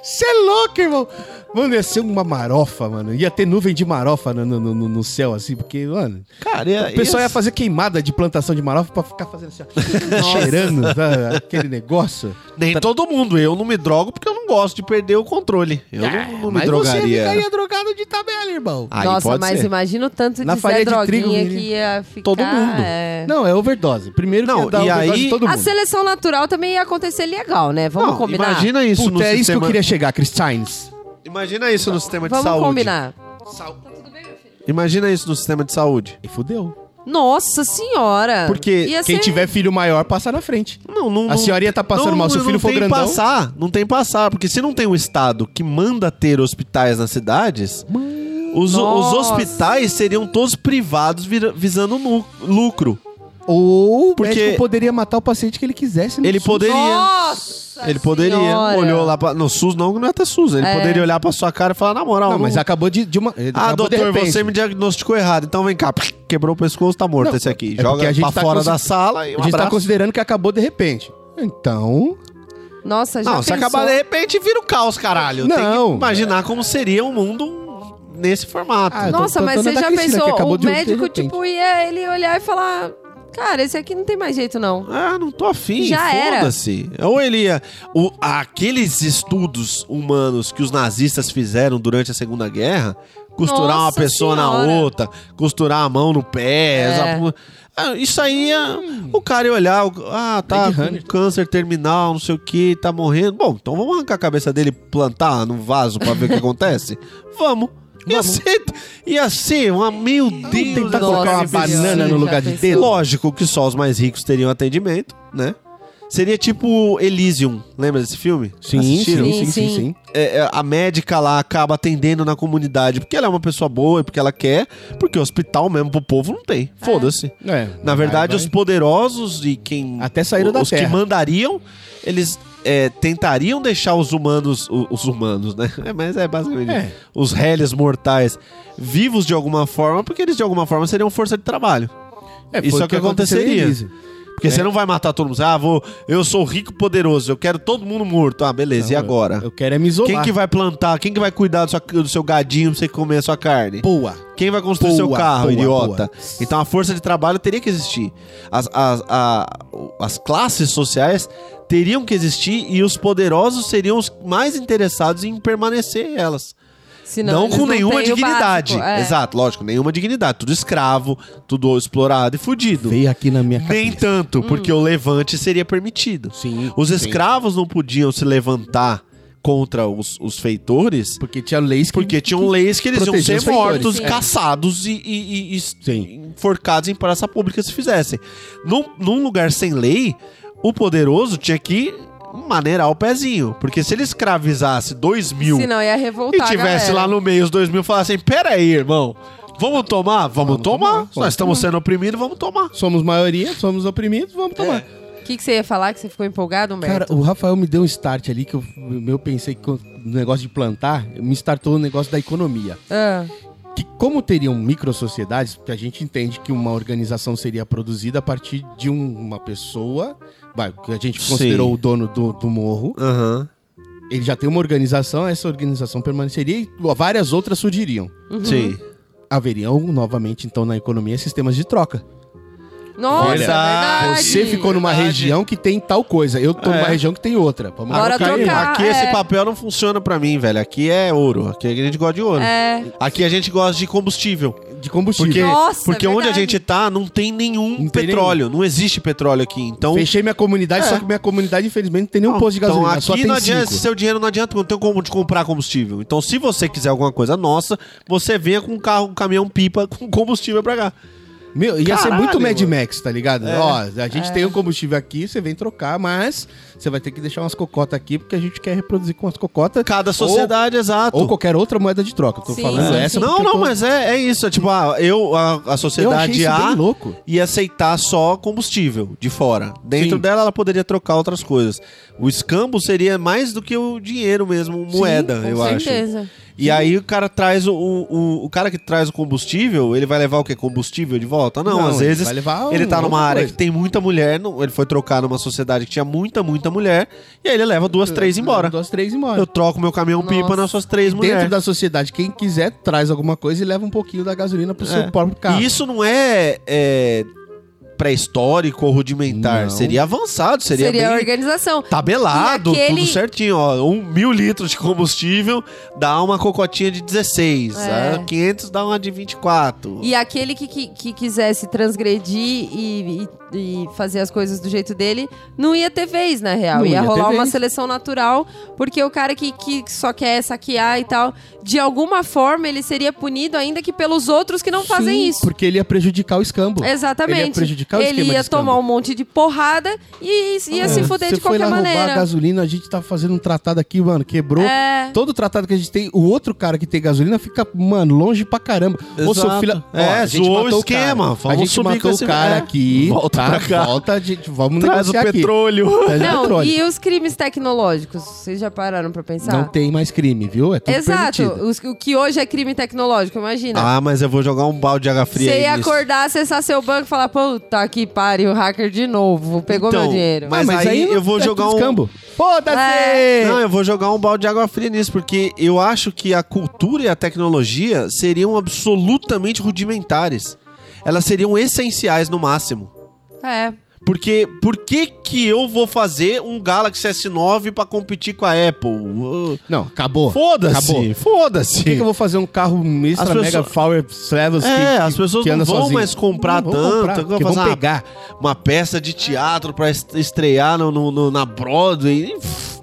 S4: Você é louco, irmão. Mano, ia ser uma marofa, mano. Ia ter nuvem de marofa no, no, no- no céu, assim, porque, mano...
S5: Cara, ia,
S4: O pessoal
S5: ia-
S4: ia fazer queimada de plantação de marofa pra ficar fazendo assim,
S5: *laughs*
S4: ó, cheirando tá, aquele negócio.
S5: Nem todo mundo. Eu não me drogo porque eu não gosto de perder o controle. Eu não, não me
S4: Ah, Mas você
S5: drogaria. Ah,
S4: ficaria drogado de tabela, irmão.
S5: Aí
S3: Nossa,
S5: pode
S3: mas
S5: ser.
S3: imagina o tanto de
S4: Na
S3: Zé
S4: farinha de
S3: Droguinha
S4: trigo,
S3: que ia ficar.
S5: Todo mundo.
S3: é. Ah,
S4: Não, é overdose. Primeiro que
S5: Não,
S4: ia dar
S5: e
S4: overdose
S5: aí-
S4: em todo
S3: A
S4: mundo.
S3: seleção natural também ia acontecer legal, né? Vamos
S5: Não,
S3: combinar.
S5: Imagina isso no
S4: Puta, é
S5: sistema.
S4: isso que eu queria chegar, Chris Sainz.
S5: Imagina isso no sistema de
S3: Vamos
S5: saúde.
S3: combinar.
S5: Imagina isso no sistema de saúde.
S4: E fudeu.
S3: Nossa senhora. assim,
S5: Porque
S3: Ia
S4: Quem
S3: ser-
S4: tiver filho maior, passa na frente.
S5: Não, assim- não,
S4: A senhora ia tá passando mal, se o filho for grandão.
S5: Não tem passar, não tem passar, porque se não tem um estado que manda ter hospitais nas cidades, os, os
S3: Nossa.
S5: hospitais seriam todos privados vira- visando nu- lucro.
S4: Ou o
S5: Porque-
S4: médico poderia matar o paciente que ele quisesse. é no
S5: Ele
S4: SUS.
S5: poderia.
S3: Nossa
S5: Ele poderia.
S3: Senhora.
S5: Olhou lá pra, no SUS não, não é até SUS. Ele poderia olhar pra sua cara e falar na moral.
S4: Não, mas
S5: não-
S4: acabou de, de uma. ele
S5: Ah,
S4: acabou é de
S5: doutor,
S4: repente.
S5: você me diagnosticou errado. Então vem cá, quebrou o pescoço, tá morto
S4: Não,
S5: esse aqui.
S4: é
S5: Joga
S4: porque a gente
S5: pra
S4: tá
S5: fora
S4: consi-
S5: da sala e um
S4: A gente tá
S5: abraço.
S4: considerando que acabou de repente. Então.
S3: Nossa, já
S5: Não, se
S3: pensou?
S5: acabar de repente, vira o caos, caralho. Tem que
S4: Não.
S5: imaginar como seria o mundo nesse formato.
S4: Ah,
S3: Nossa,
S4: Tô- tô-
S3: mas
S4: tô
S3: você
S4: na
S3: já
S4: Cristina, que
S3: pensou?
S4: acabou
S3: O
S4: de- de
S3: médico,
S4: repente.
S3: tipo, ia ele olhar e falar: Cara, esse aqui não tem mais jeito, não.
S5: Ah, não tô afim,
S3: Já era.
S5: foda-se. Ou ele ia... o- aqueles estudos humanos que os nazistas fizeram durante a Segunda Guerra, costurar uma
S3: Nossa
S5: pessoa na
S3: Senhora.
S5: outra, costurar a mão no pé,
S3: É. Hum.
S5: essa porra. Ah, isso aí, ia- o cara ia olhar, o- ah, tá
S4: Ed
S5: com
S4: Hunter.
S5: câncer terminal, não sei o que, tá morrendo. Bom, então vamos arrancar a cabeça dele e plantar no vaso pra
S3: *laughs*
S5: ver o que acontece? Vamos. Ia ser, ia ser uma, meu Deus,
S4: Tentar
S5: do
S4: colocar uma
S5: céu.
S4: banana no
S3: Sim,
S4: lugar
S3: já
S4: de
S3: pensou.
S5: É
S4: dedo.
S5: lógico que só os mais ricos teriam atendimento, né? Seria tipo Elysium, lembra desse filme? Assistiram?
S3: sim, sim.
S5: É, é, a médica lá acaba atendendo na comunidade porque ela é uma pessoa boa e porque ela quer, porque o hospital mesmo pro povo não tem. Foda-se.
S4: É,
S5: Na verdade,
S4: vai,
S5: os poderosos e quem.
S4: Até saíram
S5: os
S4: da
S5: que
S4: Terra.
S5: mandariam, eles é, tentariam deixar os humanos. o- Os, humanos, né? *laughs* É, mas é basicamente.
S4: É.
S5: Os réis mortais vivos de alguma forma, porque eles de alguma forma seriam força de trabalho.
S4: vai. É,
S5: isso
S4: foi
S5: é o que aconteceria.
S4: aconteceu em Elise.
S5: Porque você não vai matar todo mundo. Você, Ah, vou, eu sou rico e poderoso, eu quero todo mundo morto. Ah, beleza, e
S4: Não,
S5: agora?
S4: Eu quero é me isolar.
S5: Quem que vai plantar? Quem que vai cuidar do, sua- do seu gadinho pra você comer a sua carne?
S4: Boa.
S5: Quem vai construir
S4: Boa,
S5: seu carro,
S4: boa,
S5: idiota?
S4: boa.
S5: Então a força de trabalho teria que existir. As, as, a- as classes sociais teriam que existir e os poderosos seriam os mais interessados em permanecer elas.
S3: Senão
S5: não
S3: eles
S5: com
S3: não
S5: nenhuma
S3: têm o
S5: dignidade.
S3: básico, é.
S5: Exato, lógico, nenhuma dignidade. Tudo escravo, tudo explorado e fudido.
S4: Veio aqui na minha
S5: Nem
S4: cabeça.
S5: tanto, porque o levante seria permitido.
S4: Sim.
S5: Os
S4: Hum. sim.
S5: escravos não podiam se levantar contra os, os feitores,
S4: Porque tinha leis que...
S5: porque tinham leis que eles iam
S4: Protegiam
S5: ser
S4: os feitores.
S5: mortos,
S3: Sim.
S5: caçados e, e- e- e
S4: Sim.
S5: enforcados em praça pública se fizessem. Num, num lugar sem lei, o poderoso tinha que maneirar o pezinho. Porque se ele escravizasse dois mil
S3: Senão ia
S5: e
S3: revoltar a
S5: tivesse
S3: galera.
S5: lá no meio os dois mil e falassem, pera aí, irmão, vamos tomar? Vamos,
S4: Vamos
S5: tomar.
S4: tomar,
S5: Se
S4: vamos
S5: Nós estamos sendo oprimidos, vamos tomar.
S4: Somos maioria, somos oprimidos, vamos
S5: É.
S4: tomar.
S3: O que, que você ia falar que você ficou empolgado, Humberto?
S4: Cara, o Rafael me deu um start ali que eu, eu pensei que o negócio de plantar me startou o negócio da economia.
S3: Ah,
S4: que como teriam microsociedades, porque a gente entende que uma organização seria produzida a partir de um- uma pessoa, vai, que a gente
S5: Sim.
S4: considerou o dono do, do morro,
S5: Aham.
S4: ele já tem uma organização, essa organização permaneceria e várias outras surgiriam. Uhum.
S5: Sim.
S4: Haveriam novamente, então, na economia, sistemas de troca.
S3: Nossa, é
S5: Verdade.
S3: verdade.
S4: Você ficou numa
S5: verdade.
S4: região que tem tal coisa, eu tô
S5: É.
S4: numa região que tem outra. Vamos
S3: Bora
S4: trocar aí.
S3: trocar.
S5: Aqui
S3: é.
S5: esse papel não funciona pra mim, velho. Aqui é ouro. Aqui a gente gosta de ouro.
S3: É.
S5: Aqui a gente gosta de combustível.
S4: De combustível.
S5: Porque,
S3: Nossa,
S5: porque onde a
S3: verdade.
S5: gente tá não tem nenhum
S4: Não tem
S5: petróleo. Não existe petróleo aqui. Então,
S4: Fechei minha comunidade, só que minha comunidade, infelizmente, não tem nenhum posto de
S5: É. então
S4: gasolina,
S5: aqui
S4: só tem
S5: não adianta,
S4: cinco.
S5: seu dinheiro não adianta, não tem como te comprar combustível. Então, se você quiser alguma coisa nossa, você venha com um carro, um caminhão pipa *laughs* com combustível pra cá.
S4: Meu, ia ser
S5: Caralho,
S4: muito Mad
S5: mano.
S4: Max, tá ligado?
S5: É.
S4: Ó, a gente tem o combustível aqui, você vem trocar, mas você vai ter que deixar umas cocotas aqui, porque a gente quer reproduzir com as cocotas.
S5: Cada sociedade, exato.
S4: Ou qualquer outra moeda de troca. Tô
S3: Sim,
S4: falando
S3: sim, sim.
S4: essa porque
S5: Não,
S4: eu
S5: não,
S4: tô-
S5: mas é, é isso. É tipo, ah, eu, a, a
S4: Eu achei
S5: sociedade
S4: isso
S5: A
S4: bem louco.
S5: ia aceitar só combustível de fora. Dentro
S4: Sim.
S5: dela, ela poderia trocar outras coisas. O escambo seria mais do que o dinheiro mesmo,
S4: é
S5: moeda,
S4: com
S5: eu acho.
S3: certeza.
S5: E aí o cara traz o, o, o cara que traz o combustível, ele vai levar o que? Combustível de volta? Não,
S4: Não,
S5: às
S4: ele
S5: vezes
S4: vai levar
S5: ele
S4: um-
S5: tá numa
S4: outra
S5: área
S4: coisa.
S5: que tem muita mulher, não- ele foi trocar numa sociedade que tinha muita, muita mulher, e aí ele leva duas, três
S4: É,
S5: embora.
S4: Duas, três embora.
S5: Eu troco meu caminhão pipa
S3: Nossa.
S5: nas suas três mulheres.
S4: Dentro da sociedade, quem quiser traz alguma coisa e leva um pouquinho da gasolina pro
S5: É.
S4: seu próprio carro.
S5: E isso não é, é, pré-histórico ou rudimentar.
S4: Não.
S5: Seria avançado, seria,
S3: Seria, a
S5: bem
S3: organização.
S5: tabelado,
S3: E aquele-
S5: tudo certinho. Ó, um mil litros de combustível dá uma cocotinha de 16.
S3: É.
S5: ah, 500 dá uma de 24.
S3: E aquele que, que, que quisesse transgredir e, e- e fazer as coisas do jeito dele, não ia ter vez, na real.
S4: Não
S3: ia,
S4: ia ter
S3: rolar uma
S4: vez.
S3: seleção natural, porque o cara que, que só quer saquear e tal, de alguma forma ele seria punido, ainda que pelos outros que não fazem
S4: Sim,
S3: isso.
S4: Porque ele ia prejudicar o escambo.
S3: Exatamente.
S4: Ele ia prejudicar o
S3: Ele
S4: esquema de
S3: ia
S4: escambo.
S3: tomar um monte de porrada e e ia se
S4: É,
S3: fuder
S4: você
S3: de qualquer
S4: foi lá roubar a
S3: maneira.
S4: gasolina, a gente tá fazendo um tratado aqui, mano, quebrou.
S3: É.
S4: Todo tratado que a gente tem, o outro cara que tem gasolina fica, mano, longe pra caramba. Ô,
S5: Exato.
S4: seu filho.
S5: É,
S4: a gente
S5: zoou o
S4: matou
S5: esquema.
S4: cara.
S5: Vamos
S4: a gente
S5: subir com
S4: matou o
S5: esse-
S4: cara
S5: é.
S4: aqui.
S5: Volta
S4: tá?
S5: pra cá.
S4: Volta, a gente, vamos
S5: Traz o
S3: é
S4: negociar aqui.
S3: *laughs*
S5: petróleo.
S4: Traz o
S3: Não,
S4: é petróleo.
S3: e os crimes tecnológicos? Vocês já pararam pra pensar?
S4: Não tem mais crime, viu? É tudo
S3: Exato.
S4: permitido.
S3: Os- o que hoje é crime tecnológico, imagina.
S5: Ah, mas eu vou jogar um balde de água fria
S3: Você
S5: aí
S3: ia
S5: nisso.
S3: acordar, acessar seu banco e falar, pô, tá aqui, pare o hacker de novo, pegou
S5: Então,
S3: meu dinheiro.
S5: mas- aí eu vou
S4: é
S5: jogar
S4: tudo
S5: um-
S4: Escambo. Foda-se!
S3: É.
S5: Não, eu vou jogar um balde de água fria nisso, porque eu acho que a cultura e a tecnologia seriam absolutamente rudimentares. Elas seriam essenciais no máximo.
S3: É.
S5: Porque por que que eu vou fazer um Galaxy S9 pra competir com a Apple? Uh,
S4: Não, acabou.
S5: Foda-se,
S4: Acabou.
S5: foda-se.
S4: Por que, que eu vou fazer um carro extra
S5: As
S4: mega
S5: pessoas-
S4: power service que-
S5: É,
S4: que,
S5: as pessoas
S4: que
S5: não
S4: anda
S5: vão
S4: sozinho?
S5: mais comprar
S4: Não vão
S5: tanto. é
S4: comprar,
S5: eu vou
S4: porque vão
S5: fazer ah, uma-
S4: pegar.
S5: uma peça de teatro pra est- estrear no, no- no- na Broadway. Uf,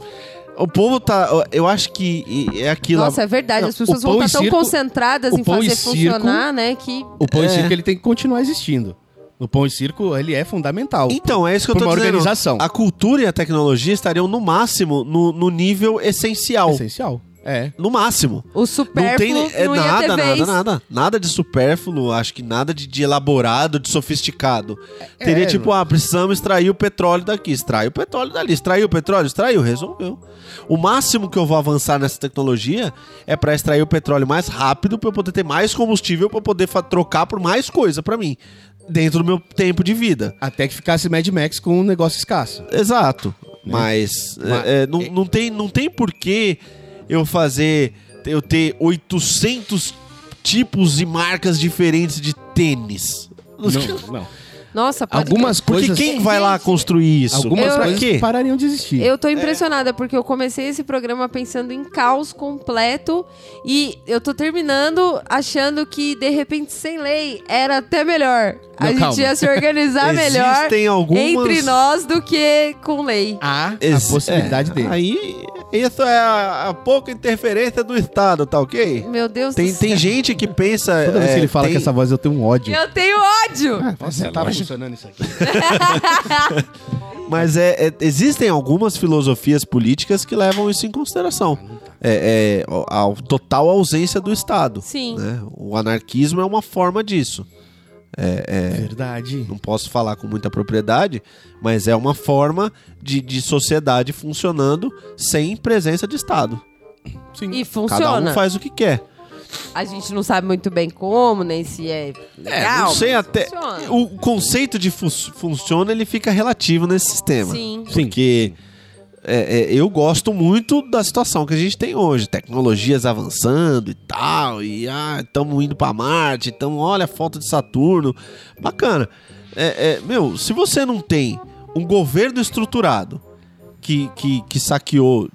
S5: O povo tá. Eu acho que e- é aquilo.
S3: Nossa, é verdade. As
S4: Não, o
S3: pessoas vão
S4: pão
S3: estar
S4: e
S3: tão
S4: circo-
S3: concentradas
S4: o
S3: em
S4: pão e
S3: fazer
S4: circo-
S3: funcionar, né? Que.
S4: O pão
S5: É.
S4: de circo ele tem que continuar existindo. O pão de circo ele é fundamental.
S5: Então, é isso que eu
S4: pra
S5: tô
S4: uma
S5: dizendo.
S4: organização.
S5: A cultura e a tecnologia estariam no máximo no, no nível essencial.
S4: essencial. É.
S5: No máximo.
S3: O
S5: Não
S3: supérfluo
S5: tem
S3: não,
S5: é,
S3: ia
S5: nada,
S3: ter vez.
S5: nada, nada. Nada de supérfluo, acho que nada de, de elaborado, de sofisticado. Teria
S4: é,
S5: tipo, ah, precisamos extrair o petróleo daqui, extrai o petróleo dali, extraiu o petróleo, extraiu, resolveu. O máximo que eu vou avançar nessa tecnologia é pra extrair o petróleo mais rápido, pra eu poder ter mais combustível, pra eu poder fa- trocar por mais coisa pra mim, dentro do meu tempo de vida.
S4: Até que ficasse Mad Max com um negócio escasso.
S5: Exato.
S4: Né?
S5: Mas,
S4: Mas-
S5: é, é, não, não tem, não tem porquê eu fazer. Eu ter 800 tipos e marcas diferentes de tênis.
S4: Não, não.
S3: Nossa, pode
S4: Algumas
S5: Porque
S4: coisas.
S5: quem vai lá construir isso?
S4: assim. Algumas
S5: pra
S4: coisas
S5: quê?
S4: parariam de existir.
S3: Eu
S5: É.
S3: tô impressionada, porque eu comecei esse programa pensando em caos completo e eu tô terminando achando que, de repente, sem lei, era até melhor. a
S4: Não,
S3: gente
S4: calma.
S3: ia se organizar melhor
S5: *laughs* Existem algumas...
S3: entre nós do que com lei.
S4: Há
S5: Ex-
S4: a possibilidade
S5: é,
S4: dele.
S5: Aí, isso é a, a pouca interferência do Estado, tá ok?
S3: Meu Deus
S5: Tem,
S3: do céu.
S5: tem gente que pensa...
S4: Toda vez
S5: é,
S4: que ele fala
S5: tem-
S4: com essa voz, eu tenho um ódio.
S3: Eu tenho ódio!
S4: Nossa, tá funcionando isso aqui.
S5: Mas é, é- existem algumas filosofias políticas que levam isso em consideração. É, é, a, a total ausência do Estado.
S3: *laughs* Sim.
S5: né? O anarquismo é uma forma disso. É.
S4: Verdade.
S5: Não posso falar com muita propriedade, mas é uma forma de, de sociedade funcionando sem presença de Estado.
S4: Sim.
S3: E
S5: Cada
S3: funciona.
S5: um faz o que quer.
S3: A gente não sabe muito bem como, nem se é legal.
S5: não sei
S3: mas
S5: até.
S3: funciona.
S5: O conceito de fu- funciona ele fica relativo nesse sistema.
S3: Sim.
S5: Porque é, é, eu gosto muito da situação que a gente tem hoje. Tecnologias avançando e tal. E estamos indo para Marte. Então, olha a foto de Saturno. Bacana. É, é, meu, se você não tem um governo estruturado que, que, que saqueou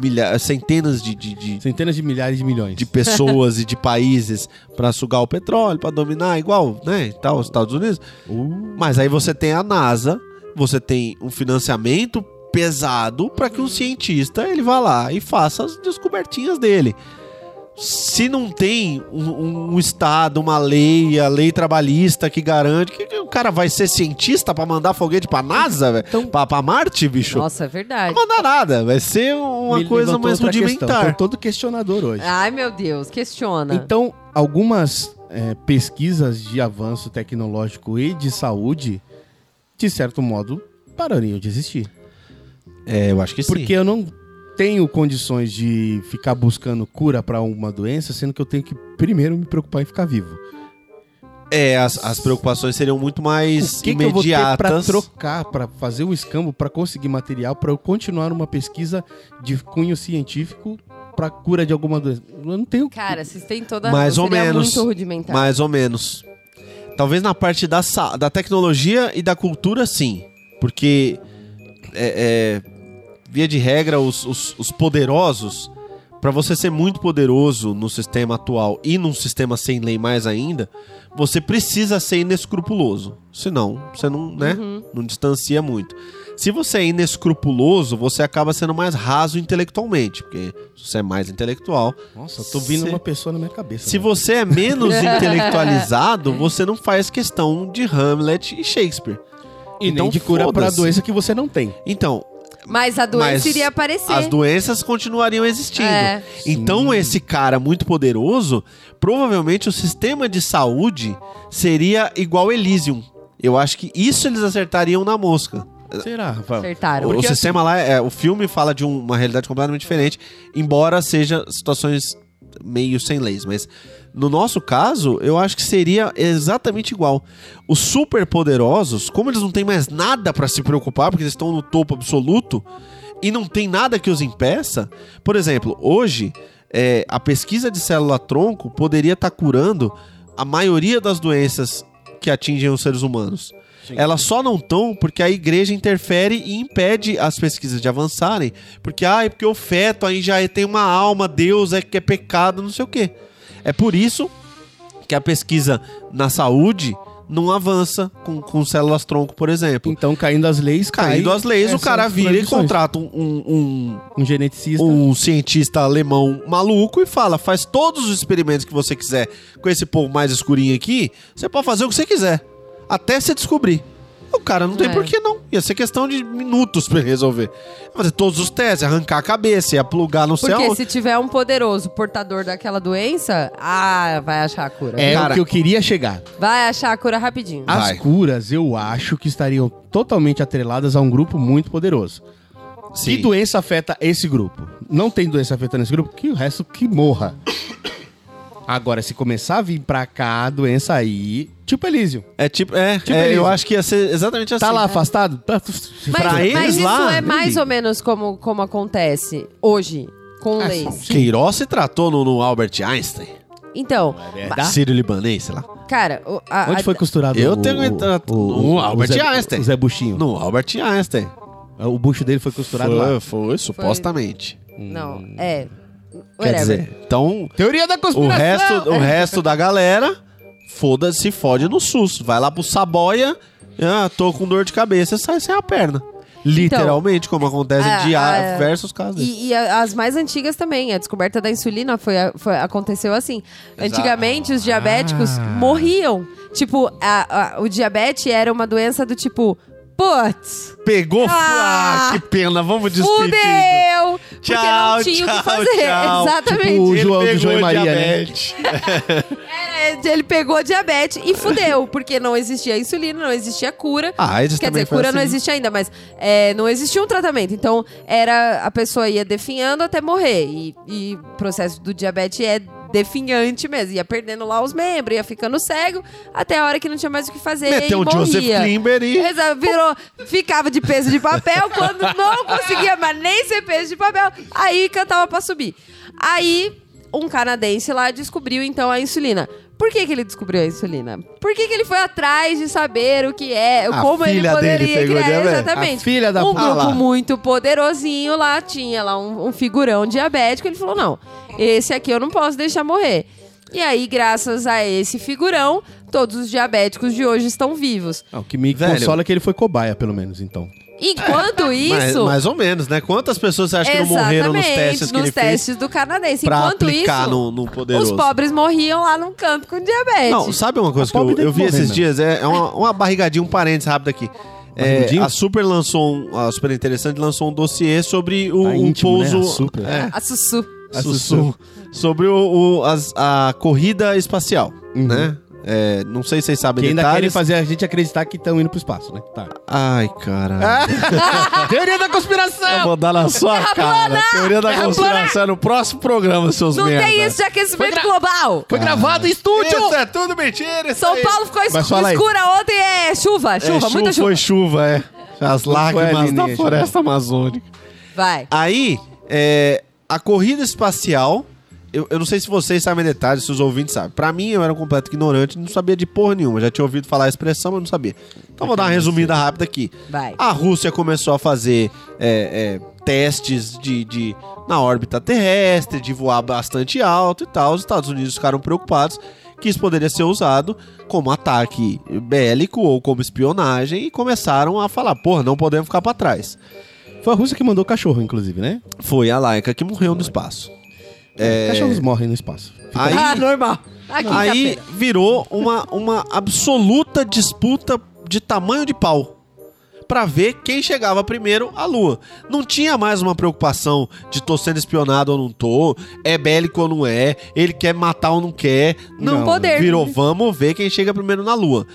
S5: milha- centenas de- de- de,
S4: Centenas de milhares de milhões.
S5: de pessoas e de países pra sugar o petróleo, pra dominar igual, né, e tal, os Estados Unidos.
S4: Uh.
S5: Mas aí você tem a NASA, você tem um financiamento pesado pra que um cientista ele vá lá e faça as descobertinhas dele. Se não tem um, um- um estado, uma lei, a lei trabalhista que garante que que o cara vai ser cientista pra mandar foguete pra NASA, velho,
S4: Então-
S5: pra, pra Marte, bicho.
S3: Nossa, é verdade.
S5: Não mandar nada, vai ser uma
S4: Me
S5: coisa
S4: levantou
S5: mais
S4: outra questão. então.
S5: rudimentar. Ah, né?
S4: Tô todo questionador hoje.
S3: Ai, meu Deus, questiona.
S4: Então, algumas é, pesquisas de avanço tecnológico e de saúde, de certo modo, parariam de existir.
S5: É, eu acho que
S4: Porque eu não tenho condições de ficar buscando cura pra uma doença, sendo que eu tenho que primeiro me preocupar em ficar vivo.
S5: É, as, as preocupações seriam muito mais
S4: O que, que eu vou ter pra
S5: imediatas.
S4: trocar, pra fazer um escambo, pra conseguir material, pra eu continuar uma pesquisa de cunho científico pra cura de alguma doença? Eu não tenho.
S3: Cara, vocês têm toda a
S5: Mais
S3: razão,
S5: ou
S3: seria
S5: menos.
S3: muito rudimentar.
S5: mais ou menos. Talvez na parte da, sa- da tecnologia e da cultura, sim. Porque, é- é, via de regra, os, os- os poderosos, pra você ser muito poderoso no sistema atual e num sistema sem lei mais ainda, você precisa ser inescrupuloso. Senão, você não, né, não distancia muito. Se você é inescrupuloso, você acaba sendo mais raso intelectualmente. Porque se você é mais intelectual,
S4: Nossa, eu tô vindo
S5: Se-
S4: uma pessoa na minha cabeça.
S5: Se
S4: né?
S5: você é menos intelectualizado, você não faz questão de Hamlet e Shakespeare. Então,
S4: E nem de cura pra
S5: foda-se.
S4: doença que você não tem.
S5: Então,
S3: Mas a doença
S5: Mas
S3: iria aparecer.
S5: as doenças continuariam existindo.
S3: É.
S5: Então, esse cara muito poderoso, provavelmente o sistema de saúde seria igual Elysium. Eu acho que isso eles acertariam na mosca.
S4: Será, Rafael?
S3: Acertaram.
S5: o
S4: Porque,
S5: sistema lá, é, o filme fala de um- uma realidade completamente diferente, embora seja situações meio sem leis, mas no nosso caso, eu acho que seria exatamente igual. Os superpoderosos, como eles não têm mais nada pra se preocupar, porque eles estão no topo absoluto e não tem nada que os impeça, por exemplo, hoje é, a pesquisa de célula-tronco poderia estar curando a maioria das doenças que atingem os seres humanos. Elas só não estão porque a igreja interfere e impede as pesquisas de avançarem. Porque, ah, é porque o feto aí já é- tem uma alma, Deus é que é pecado, não sei o quê. É por isso que a pesquisa na saúde não avança com, com células-tronco, por exemplo.
S4: Então, caindo as leis,
S5: Caindo
S4: cai
S5: as leis, o
S4: essas
S5: cara vira e
S4: proibições.
S5: contrata um- um-
S4: Um geneticista.
S5: um, um cientista alemão maluco e fala: faz todos os experimentos que você quiser com esse povo mais escurinho aqui, você pode fazer o que você quiser. Até você descobrir. O cara não tem
S3: É.
S5: por que não. Ia ser questão de minutos pra ele resolver. Ia Fazer todos os testes, arrancar a cabeça, ia plugar no céu.
S3: Porque se tiver um poderoso portador daquela doença, ah, vai achar a cura.
S4: É
S5: Cara-
S4: o que eu queria chegar.
S3: Vai achar a cura rapidinho.
S4: As
S5: Vai.
S4: curas, eu acho que estariam totalmente atreladas a um grupo muito poderoso. Que doença afeta esse grupo? Não tem doença afetando esse grupo, que o resto que morra. Agora, se começar a vir pra cá a doença aí, tipo Elísio.
S5: É tipo. É,
S4: Tipo
S5: é, eu
S4: Elisa.
S5: acho que ia ser exatamente assim.
S4: Tá lá afastado? Tá-
S3: né? mas,
S5: pra eles
S3: mas isso
S5: lá,
S3: é mais
S5: ele-
S3: ou menos como, como acontece hoje, com
S4: Ah,
S3: leis.
S5: Queiroz se tratou no, no Albert Einstein.
S3: Então,
S5: é
S4: Tá?
S5: Sírio libanês, sei lá.
S3: cara, o- a-
S4: Onde
S3: a-
S4: foi costurado
S5: Eu
S4: o,
S5: tenho
S4: o,
S5: entrado-
S4: o,
S5: no
S4: o- o
S5: Albert
S4: Zé,
S5: Einstein.
S4: O Zé Buchinho.
S5: No Albert Einstein.
S4: O bucho dele foi costurado lá.
S5: Foi, foi, supostamente.
S3: Não, é.
S5: Hum. Quer
S3: Whatever.
S5: dizer, então
S4: Teoria da
S3: *laughs*
S5: o
S4: conspiração.
S5: resto, o resto da galera foda-se, fode no SUS. Vai lá pro Saboia, ah, tô com dor de cabeça, sai sem a perna. Literalmente, como acontece
S3: a-
S5: em
S3: a-
S5: diversos casos. desses.
S3: Então, é, E, e a- as mais antigas também. A descoberta da insulina foi, a- foi- aconteceu assim.
S5: Exato.
S3: Antigamente, os diabéticos
S4: Ah.
S3: morriam. Tipo, a- a- o diabetes era uma doença do tipo... Putz,
S5: Pegou?
S3: Ah!
S5: Ah, que pena, vamos despedir.
S3: fudeu! Porque
S5: Tchau,
S3: não tinha o
S5: tchau,
S3: que fazer. *laughs*
S5: tchau.
S3: Exatamente.
S4: Tipo, O
S5: Ele
S4: João do
S5: pegou
S4: João e Maria, né?
S5: diabetes.
S3: É, ele pegou diabetes e fudeu. Porque não existia insulina, não existia cura.
S5: Ah, eles
S3: Quer
S5: também
S3: dizer, cura
S5: foi
S3: não
S5: assim.
S3: existe ainda, mas é, não existia um tratamento. Então, era a pessoa ia definhando até morrer. E, e o processo do diabetes é definhante mesmo. Ia perdendo lá os membros, ia ficando cego, até a hora que não tinha mais o que fazer
S5: Meteu
S3: e
S5: um Joseph
S3: morria.
S5: Klimber e
S3: Exa- virou, ficava de peso de papel
S5: *laughs*
S3: quando não conseguia mais nem ser peso de papel. Aí cantava pra subir. Aí um canadense lá descobriu então a insulina. Por que, que ele descobriu a insulina? Por que, que ele foi atrás de saber o que é,
S5: A
S3: como ele
S5: filha dele
S3: poderia
S5: pegou
S3: criar?
S5: diabetes.
S4: A
S3: Exatamente.
S4: filha da
S3: Um
S4: puta.
S3: grupo
S5: lá.
S3: muito poderosinho lá tinha lá um, um figurão diabético. Ele falou: não, esse aqui eu não posso deixar morrer. E aí, graças a esse figurão, todos os diabéticos de hoje estão vivos.
S4: Ah, o que me
S5: Velho.
S4: consola é que ele foi cobaia, pelo menos, então.
S3: Enquanto
S5: Mais,
S3: isso.
S5: mais ou menos, né? Quantas pessoas você acha que não morreram nos testes que
S3: nos
S5: ele
S3: testes
S5: fez
S3: do canadense.
S5: pra
S3: Enquanto
S5: aplicar
S3: isso,
S5: no, no poderoso?
S3: os pobres morriam lá num canto com diabetes.
S5: Não, sabe uma
S4: A
S5: coisa que eu,
S4: pobre tem
S5: eu
S4: que
S5: vi
S4: morrer
S5: esses
S4: mesmo.
S5: dias? É, é uma, uma barrigadinha, um parênteses rápido aqui. É,
S4: Barrigudinho?
S5: a Super lançou um, a Super Interessante lançou um dossiê sobre o,
S4: Tá
S5: o
S4: íntimo, né?
S5: pouso.
S4: A Super.
S5: É,
S3: A Ah, Sussu.
S5: a
S4: Sussu.
S5: Sussu. Sobre o, o- as- a corrida espacial, né? É, não sei se vocês sabem
S4: Que ainda querem
S5: detalhes.
S4: fazer a gente acreditar que estão indo pro espaço, né? Tá.
S5: Ai,
S3: *laughs*
S5: caralho.
S4: Teoria da
S5: Eu
S4: conspiração!
S5: vou dar na sua cara. Teoria da conspiração no próximo programa, seus
S3: né? Não
S5: merda.
S3: tem isso de aquecimento global.
S4: Foi gravado em estúdio!
S5: Isso é tudo mentira. isso
S3: São
S5: aí.
S3: Paulo ficou es-
S4: Mas fala aí.
S3: escura ontem. É chuva,
S5: É,
S3: chuva, muita chuva.
S5: Foi chuva, é. As lágrimas da
S4: alienígena.
S5: floresta amazônica.
S3: Vai.
S5: Aí, é, a corrida espacial. Eu, eu não sei se vocês sabem detalhes, se os ouvintes sabem. Pra mim, eu era um completo ignorante, não sabia de porra nenhuma. Já tinha ouvido falar a expressão, mas não sabia. Então, vou dar uma resumida rápida aqui.
S3: Vai.
S5: A Rússia começou a fazer é, é, testes de, de- na órbita terrestre, de voar bastante alto e tal. Os Estados Unidos ficaram preocupados que isso poderia ser usado como ataque bélico ou como espionagem e começaram a falar, porra, não podemos ficar pra trás.
S4: Foi a Rússia que mandou o cachorro, inclusive, né?
S5: Foi a Laika que morreu no espaço. É.
S4: Cachorros morrem no espaço.
S5: Aí,
S3: Ah, normal. Aqui,
S5: aí
S3: quinta-feira.
S5: virou uma, uma absoluta disputa de tamanho de pau. Pra ver quem chegava primeiro à lua. Não tinha mais uma preocupação de tô sendo espionado ou não tô, é bélico ou não é, ele quer matar ou não quer. Não,
S4: Não,
S3: Poder.
S5: virou vamos ver quem chega primeiro na lua.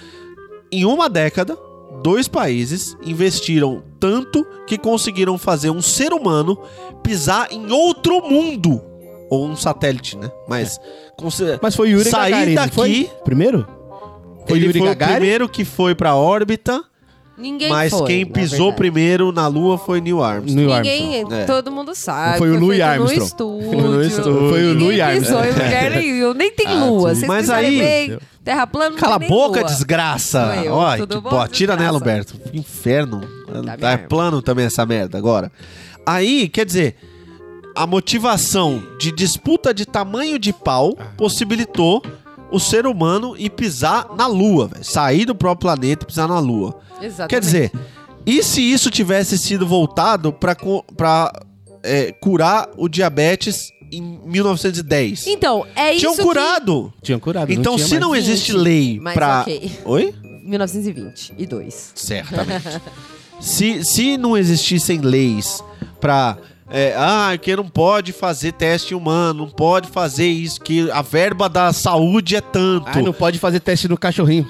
S5: Em uma década, dois países investiram tanto que conseguiram fazer um ser humano pisar em outro mundo. Ou um satélite, né?
S4: É.
S5: Mas. conse-
S4: Mas foi Yuri
S5: Saí
S4: Gagarin, não
S5: daqui-
S4: foi? Primeiro? Foi
S5: ele
S4: Yuri
S5: foi
S4: Gagarin?
S5: o primeiro que foi pra órbita,
S3: Ninguém
S5: mas
S3: foi,
S5: quem
S3: na
S5: pisou
S3: verdade.
S5: primeiro na Lua foi Neil Armstrong.
S4: Neil Armstrong.
S3: Ninguém,
S5: É.
S3: todo mundo sabe.
S4: Não foi o Louis
S3: feito
S4: Armstrong.
S3: No estúdio.
S4: Foi no estúdio. Foi o
S3: Ninguém
S4: Louis
S3: pisou
S4: Armstrong.
S3: em
S5: *laughs*
S3: lugar nenhum. Nem tem lua. Vocês
S5: Mas
S3: precisarem
S5: aí-
S3: ver, Terra plana não
S5: Cala a
S3: tem nem
S5: boca,
S3: lua.
S5: desgraça!
S3: Sou eu,
S5: Olha,
S3: tudo
S5: que
S3: bom,
S5: bo- Atira
S3: desgraça?
S5: nela, Humberto. Que Inferno.
S3: Tá
S5: Tá
S3: mesmo.
S5: plano também essa merda agora. Aí, quer dizer, a motivação de disputa de tamanho de pau
S4: Ah.
S5: possibilitou o ser humano ir pisar na Lua, velho. Sair do próprio planeta e pisar na Lua.
S3: Exatamente.
S5: Quer dizer, e se isso tivesse sido voltado pra cu- pra é, curar o diabetes em 1910?
S3: Então, é
S5: Tinham
S3: isso
S5: um curado.
S4: Tinha curado.
S5: Então,
S4: Ah, tinha
S5: se
S4: mais.
S5: não
S3: mais.
S5: existe lei
S3: Mas
S5: pra.
S3: ok.
S5: Oi?
S3: que... 1922. *laughs*
S5: Certamente. se, se não existissem leis pra. é, ah, que não pode fazer teste humano, não pode fazer isso, que a verba da saúde é tanto.
S4: Ai, não pode fazer teste no cachorrinho.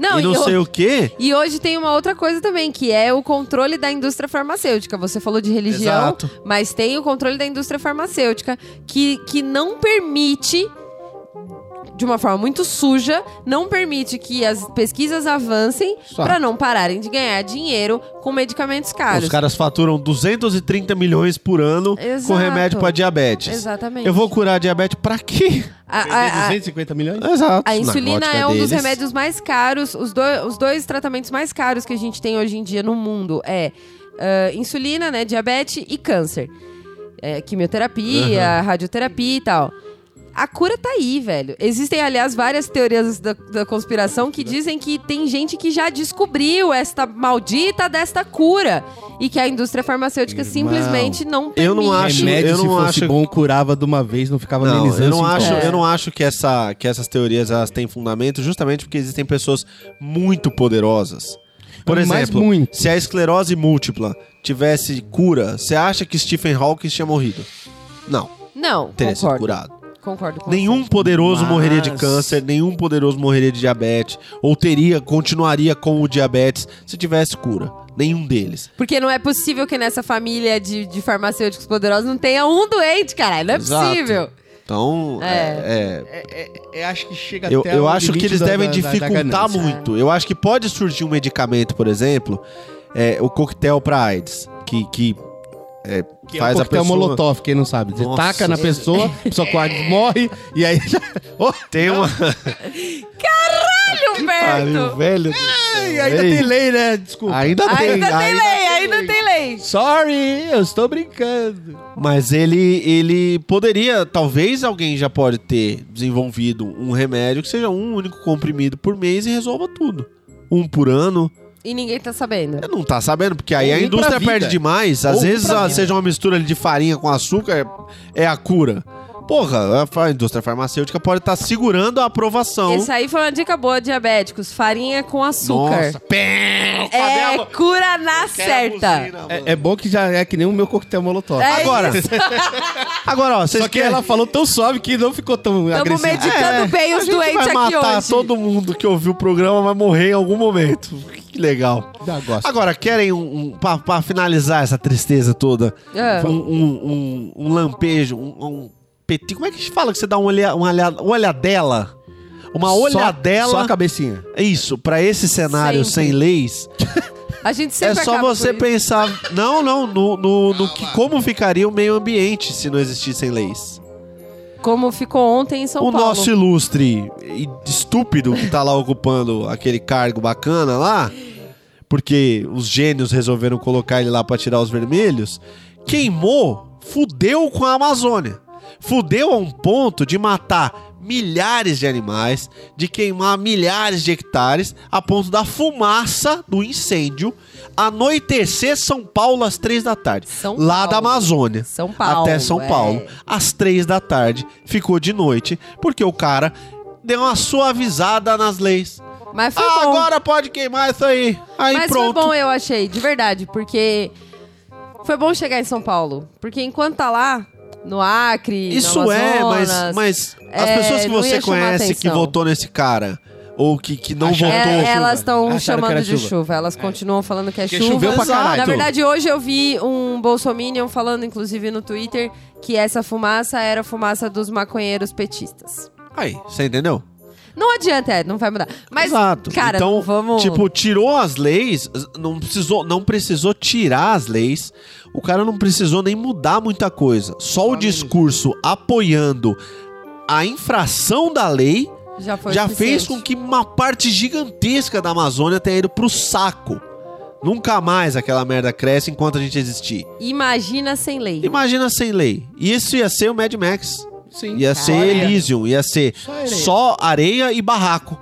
S3: Não,
S5: e
S3: e,
S5: não
S3: ho-
S5: sei o quê.
S3: e hoje tem uma outra coisa também, que é o controle da indústria farmacêutica. Você falou de religião,
S5: Exato.
S3: mas tem o controle da indústria farmacêutica que, que não permite de uma forma muito suja, não permite que as pesquisas avancem
S4: Só.
S3: para não pararem de ganhar dinheiro com medicamentos caros.
S5: Os caras faturam 230 milhões por ano com
S3: Exato.
S5: remédio pra diabetes.
S3: Exatamente.
S5: Eu vou curar diabetes
S3: *laughs*
S5: pra quê?
S3: A-
S4: Vender
S3: a- a-
S4: 250 milhões?
S5: Exato.
S3: A
S5: Na
S3: insulina
S5: ótica
S3: é um dos
S5: deles.
S3: remédios mais caros, os, do- os dois tratamentos mais caros que a gente tem hoje em dia no mundo é ah, insulina, né, diabetes e câncer. É, quimioterapia, radioterapia e tal. A cura tá aí, velho. Existem, aliás, várias teorias da, da conspiração que dizem que tem gente que já descobriu esta maldita desta cura e que a indústria farmacêutica
S4: Irmão,
S3: simplesmente não permite.
S5: eu não acho-
S4: Remédio,
S5: eu
S4: se
S5: não
S4: fosse
S5: acho-
S4: bom, curava de uma vez, não ficava
S5: Não,
S4: amenizando
S5: eu não
S4: os
S5: acho,
S3: então.
S4: sintomas.
S5: eu
S3: É.
S5: não acho que, essa, que essas teorias elas têm fundamento, justamente porque existem pessoas muito poderosas. Por
S4: Mas
S5: exemplo,
S4: muito.
S5: se a esclerose múltipla tivesse cura, você acha que Stephen Hawking tinha morrido? Não,
S3: Não,
S5: teria sido
S3: concordo.
S5: curado.
S3: Concordo com
S5: Nenhum poderoso
S4: Mas-
S5: morreria de câncer, nenhum poderoso morreria de diabetes, ou teria, continuaria com o diabetes se tivesse cura. Nenhum deles.
S3: Porque não é possível que nessa família de, de farmacêuticos poderosos não tenha um doente, caralho. Não é
S5: Exato.
S3: possível.
S5: Então, é- é,
S4: É, é, acho que chega
S5: eu,
S4: até
S5: eu
S4: o
S5: acho que
S4: limite
S5: eles
S4: da-
S5: devem
S4: da- da- da
S5: dificultar
S4: ganância.
S5: muito. Eu acho que pode surgir um medicamento, por exemplo, é, o coquetel para AIDS, que, que
S4: Que
S5: faz
S4: é
S5: a
S4: o coquetel
S5: pessoa-
S4: molotov, quem não sabe. Você
S5: Nossa.
S4: taca na pessoa, a pessoa quase morre, e aí *laughs* já... Oh,
S5: tem *laughs* uma.
S3: Caralho, Humberto!
S5: velho.
S4: e ainda tem lei, né? Desculpa.
S5: Ainda tem,
S3: Ainda tem
S5: ainda-
S3: lei, ainda tem lei.
S4: Sorry, eu estou brincando.
S5: Mas ele, ele poderia, talvez alguém já pode ter desenvolvido um remédio que seja um único comprimido por mês e resolva tudo. Um por ano.
S3: E ninguém tá sabendo.
S5: Não tá sabendo, porque aí
S4: Ou
S5: a
S4: um pra
S5: indústria
S4: vida.
S5: perde demais. Às
S4: Ou um
S5: vezes,
S4: pra
S5: ó,
S4: vida.
S5: seja uma mistura ali de farinha com açúcar, é é a cura. Porra, a fa- indústria farmacêutica pode estar segurando a aprovação.
S3: Essa aí foi uma dica boa, diabéticos. Farinha com é açúcar.
S5: Nossa, pé,
S3: é
S5: cadê a-
S3: cura na
S5: Quero a
S3: certa.
S5: buzina, mano.
S4: É, é bom que já é que nem o meu coquetel molotov.
S3: É
S5: Agora,
S3: isso.
S5: agora, ó, vocês
S4: Só que ela falou tão suave que não ficou tão É.
S3: Estamos
S4: agressivo.
S3: medicando bem
S5: é, né? a
S3: os
S5: gente
S3: doentes
S5: vai
S3: aqui
S5: matar
S3: hoje.
S5: todo mundo que ouviu o programa, vai morrer em algum momento. Que legal.
S3: né?
S4: Dá gosto.
S5: Agora, querem um, um pra, pra finalizar essa tristeza toda,
S3: Ah.
S5: um, um- um- um lampejo, um, um petit. Como é que a gente fala que você dá um olha, um olha, olhadela? Uma olhadela.
S4: Só a cabecinha.
S5: Isso, pra esse cenário
S3: Sempre.
S5: sem leis,
S3: A gente
S5: é
S3: sempre
S5: só
S3: acaba
S5: você
S3: por isso.
S5: pensar. Não, não, no, no- no que, como ficaria o meio ambiente se não existissem leis.
S3: Como ficou ontem em São
S5: o
S3: Paulo.
S5: nosso ilustre e estúpido que tá lá ocupando aquele cargo bacana lá, porque os gênios resolveram colocar ele lá pra tirar os vermelhos, queimou, fudeu com a Amazônia. Fudeu a um ponto de matar milhares de animais, de queimar milhares de hectares, a ponto da fumaça do incêndio anoitecer São Paulo às três da tarde.
S3: São
S5: lá
S3: Paulo.
S5: da Amazônia
S3: São Paulo.
S5: até São
S3: é.
S5: Paulo, às três da tarde. Ficou de noite, porque o cara deu uma suavizada nas leis.
S3: Mas foi
S5: Ah,
S3: bom.
S5: agora pode queimar isso aí. Aí
S3: Mas
S5: pronto.
S3: foi bom, eu achei, de verdade, porque foi bom chegar em São Paulo. Porque enquanto tá lá, no Acre, no
S5: Isso é, mas,
S3: Amazonas,
S5: mas as
S3: É,
S5: pessoas que
S3: não ia
S5: você
S3: chamar
S5: conhece que
S3: atenção.
S5: votou nesse cara, ou que, que não
S4: Acharam-
S3: é-
S5: votou.
S3: elas
S4: Acharam
S3: estão
S4: que
S3: chamando
S4: era
S3: de chuva.
S4: chuva.
S3: Elas continuam falando que é
S4: Porque
S3: chuva.
S4: choveu pra
S5: Exato.
S4: caralho.
S3: Na verdade, hoje eu vi um bolsominion falando, inclusive no Twitter, que essa fumaça era a fumaça dos maconheiros petistas.
S5: Aí, você entendeu?
S3: Não adianta, é, não vai mudar. Mas,
S5: Exato.
S3: cara,
S5: então,
S3: vamos...
S5: tipo, tirou as leis, não precisou, não precisou tirar as leis. O cara não precisou nem mudar muita coisa. Só o discurso apoiando a infração da lei
S3: já foi
S5: já
S3: suficiente.
S5: fez com que uma parte gigantesca da Amazônia tenha ido pro saco. Nunca mais aquela merda cresce enquanto a gente existir.
S3: Imagina sem lei.
S5: Imagina sem lei. E isso ia ser o Mad Max.
S4: Sim.
S5: Ia ser
S4: areia.
S5: Elysium, ia ser
S4: Só areia.
S5: só areia e barraco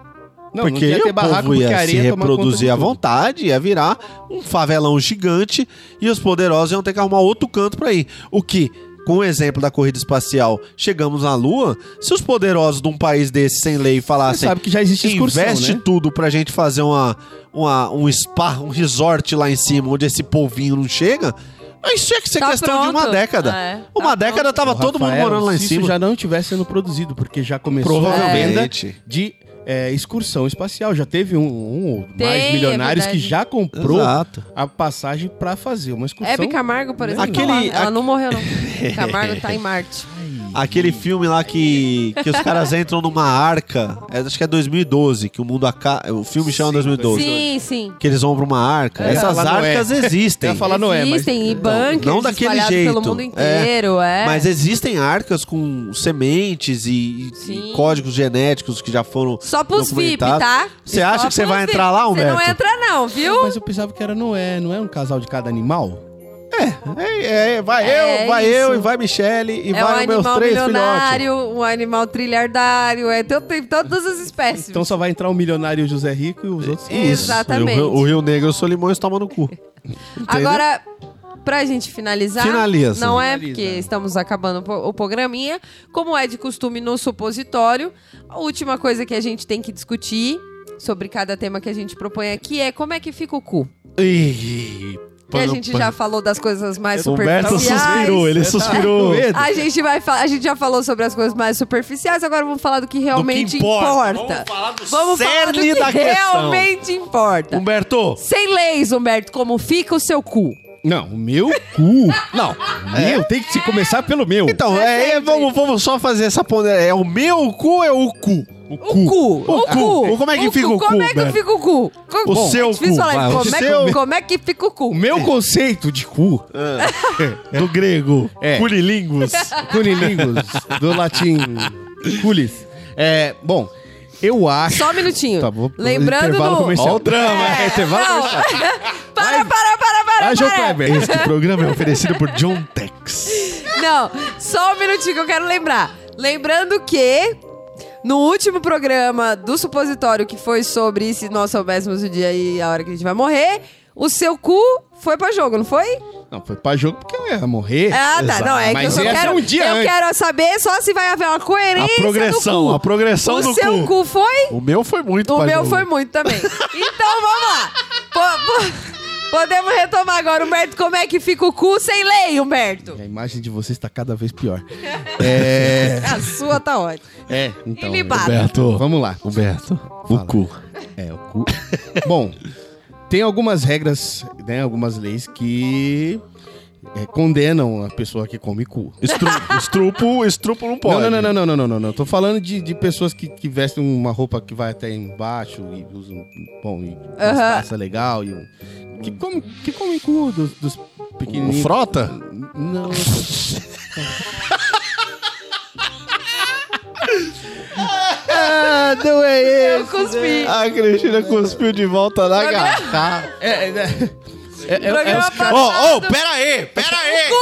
S4: Não, não
S5: porque
S4: ia ter
S5: o
S4: barraco,
S5: povo ia
S4: porque a areia
S5: se
S4: ia tomar conta
S5: reproduzir
S4: de
S5: à
S4: tudo.
S5: vontade, ia virar um favelão gigante e os poderosos iam ter que arrumar outro canto pra ir. O que, com o exemplo da corrida espacial, chegamos na Lua, se os poderosos de um país desse sem lei
S4: Você
S5: falassem
S4: sabe que já existe excursão,
S5: investe
S4: né?
S5: tudo pra gente fazer uma, uma- um spa, um resort lá em cima, onde esse povinho não chega, mas isso ia ser
S3: Tá
S5: questão de uma
S3: pronto.
S5: década.
S3: É, tá
S5: uma década tava
S4: O
S5: todo mundo
S4: Rafael,
S5: morando lá em
S4: se
S5: cima.
S4: isso já não estivesse sendo produzido, porque já começou a venda
S5: Provavelmente.
S4: de é, excursão espacial. Já teve um, um ou
S3: Tem,
S4: mais
S3: é
S4: milionários que
S3: verdade. É
S4: já comprou
S5: Exato.
S4: a passagem pra fazer uma excursão.
S3: Hebe Camargo, por exemplo,
S5: Aquele-
S3: tá lá. ela
S5: aque- *laughs*
S3: não morreu, não. Camargo tá em Marte.
S5: Aquele filme lá que, que os caras entram numa arca, é, acho que é 2012, que o mundo acaba. O filme chama
S4: Sim,
S5: 2012.
S3: Sim, sim.
S5: Que eles vão pra uma arca.
S4: É,
S5: Essas
S4: lá não é.
S5: arcas existem.
S4: Eu ia falar não é, mas...
S3: Existem e bunkers
S5: não daquele
S3: espalhados pelo
S5: jeito,
S3: mundo
S5: é.
S3: inteiro, é.
S5: Mas existem arcas com sementes e, e
S3: Sim.
S5: códigos genéticos que já foram.
S3: Só pros VIP,
S5: documentados.
S3: tá?
S5: Você
S3: Só
S5: acha que você
S3: pros
S5: vai
S3: VIP.
S5: entrar lá,
S3: Você não
S5: Humberto?
S3: entra não, viu?
S4: Mas eu pensava que era Noé, não é um casal de cada animal?
S5: É, é, vai
S3: É
S5: eu, vai eu,
S3: isso.
S5: e vai Michele, e
S3: é
S5: vai
S3: um
S5: os meus
S3: animal
S5: três filhotes.
S3: milionário, um animal trilhardário, é, tem, tem todas as espécies.
S4: Então só vai entrar o milionário e o José Rico e os outros.
S5: Isso.
S3: Exatamente.
S5: E O, Rio- o Rio Negro, eu sou limões, toma no cu.
S3: Agora, pra gente finalizar,
S5: Finaliza.
S3: não é
S4: Finaliza.
S3: porque estamos acabando o po- o programinha, como é de costume no supositório, a última coisa que a gente tem que discutir sobre cada tema que a gente propõe aqui é como é que fica o cu.
S5: Ih,
S3: E a gente já falou das coisas mais
S5: Humberto
S3: superficiais.
S5: suspirou, ele suspirou.
S3: A gente, vai fa- a gente já falou sobre as coisas mais superficiais, agora vamos falar do que realmente
S5: importa.
S3: importa.
S5: Vamos falar do
S3: falar do
S5: cerne
S3: que
S5: da questão.
S3: realmente importa.
S5: Humberto!
S3: Sem leis, Humberto, como fica o seu cu?
S4: Não, o meu cu. Não, meu, tem que se começar pelo meu.
S5: Então, é, é, vamos, vamos só fazer essa ponderação. É o meu cu ou é o cu? O
S3: O cu.
S5: O cu. Como é que
S3: O
S5: fica o cu,
S3: Como é que
S5: Beto?
S3: fica o cu? Co-
S5: O seu
S3: é difícil
S5: cu,
S3: falar isso.
S5: vai.
S3: Como,
S5: O
S3: é que-
S5: seu-
S3: como é que fica o cu?
S4: O meu conceito de cu,
S5: Do grego.
S4: É.
S5: Cunilingus.
S4: cunilingus, do latim culis, é, bom, eu acho...
S3: Só um minutinho.
S4: Tá, vou-
S3: Lembrando
S4: intervalo
S3: do...
S4: comercial.
S5: Ó o drama.
S4: É, intervalo
S3: Não.
S4: comercial.
S3: *laughs* Para, para, para, para,
S4: Vai, João
S3: para.
S4: Kleber.
S5: Este programa é oferecido por John Tex.
S3: Não, só um minutinho que eu quero lembrar. Lembrando que no último programa do supositório que foi sobre se nós soubéssemos o dia e a hora que a gente vai morrer, o seu cu foi pra jogo, não foi?
S4: Não, foi pra jogo porque eu ia morrer.
S3: Ah, tá.
S5: Exato.
S3: Não, é que
S4: Mas
S3: eu só
S4: essa é
S3: quero.
S4: um dia
S3: eu
S4: antes.
S3: quero saber só se vai haver uma
S5: A
S3: coerência.
S5: progressão,
S3: do
S5: a
S3: cu.
S5: progressão
S3: o
S5: do
S3: seu
S5: cu.
S3: cu foi?
S5: O meu foi muito um.
S3: O
S5: pra
S3: meu
S5: jogo.
S3: foi muito também. Então vamos lá. Po- po- podemos retomar agora, Humberto, como é que fica o cu sem lei, Humberto?
S4: A imagem de vocês tá cada vez pior. é...
S3: A sua tá ótima.
S4: É, então...
S3: Ilibada.
S5: Humberto.
S4: Vamos lá.
S5: Humberto. O cu.
S4: É, o cu. Bom, tem algumas regras, né? Algumas leis que é, condenam a pessoa que come cu.
S5: *laughs* Estrupo, estrupo, estrupo não pode.
S4: Não, não, não, não, não, não, não, não. Tô falando de, de pessoas que, que vestem uma roupa que vai até embaixo e usam bom, e uma
S3: Aham.
S4: taça legal e um. Que comem que come cu dos, dos
S5: O
S4: pequenininhos.
S5: frota?
S4: Não. *laughs*
S5: Ah, não é
S3: Eu cuspi.
S5: A Cristina cuspiu de volta na garrafa.
S4: É, é, é, é,
S3: Programa
S5: Ô,
S3: passado.
S5: ô, pera aí, pera aí.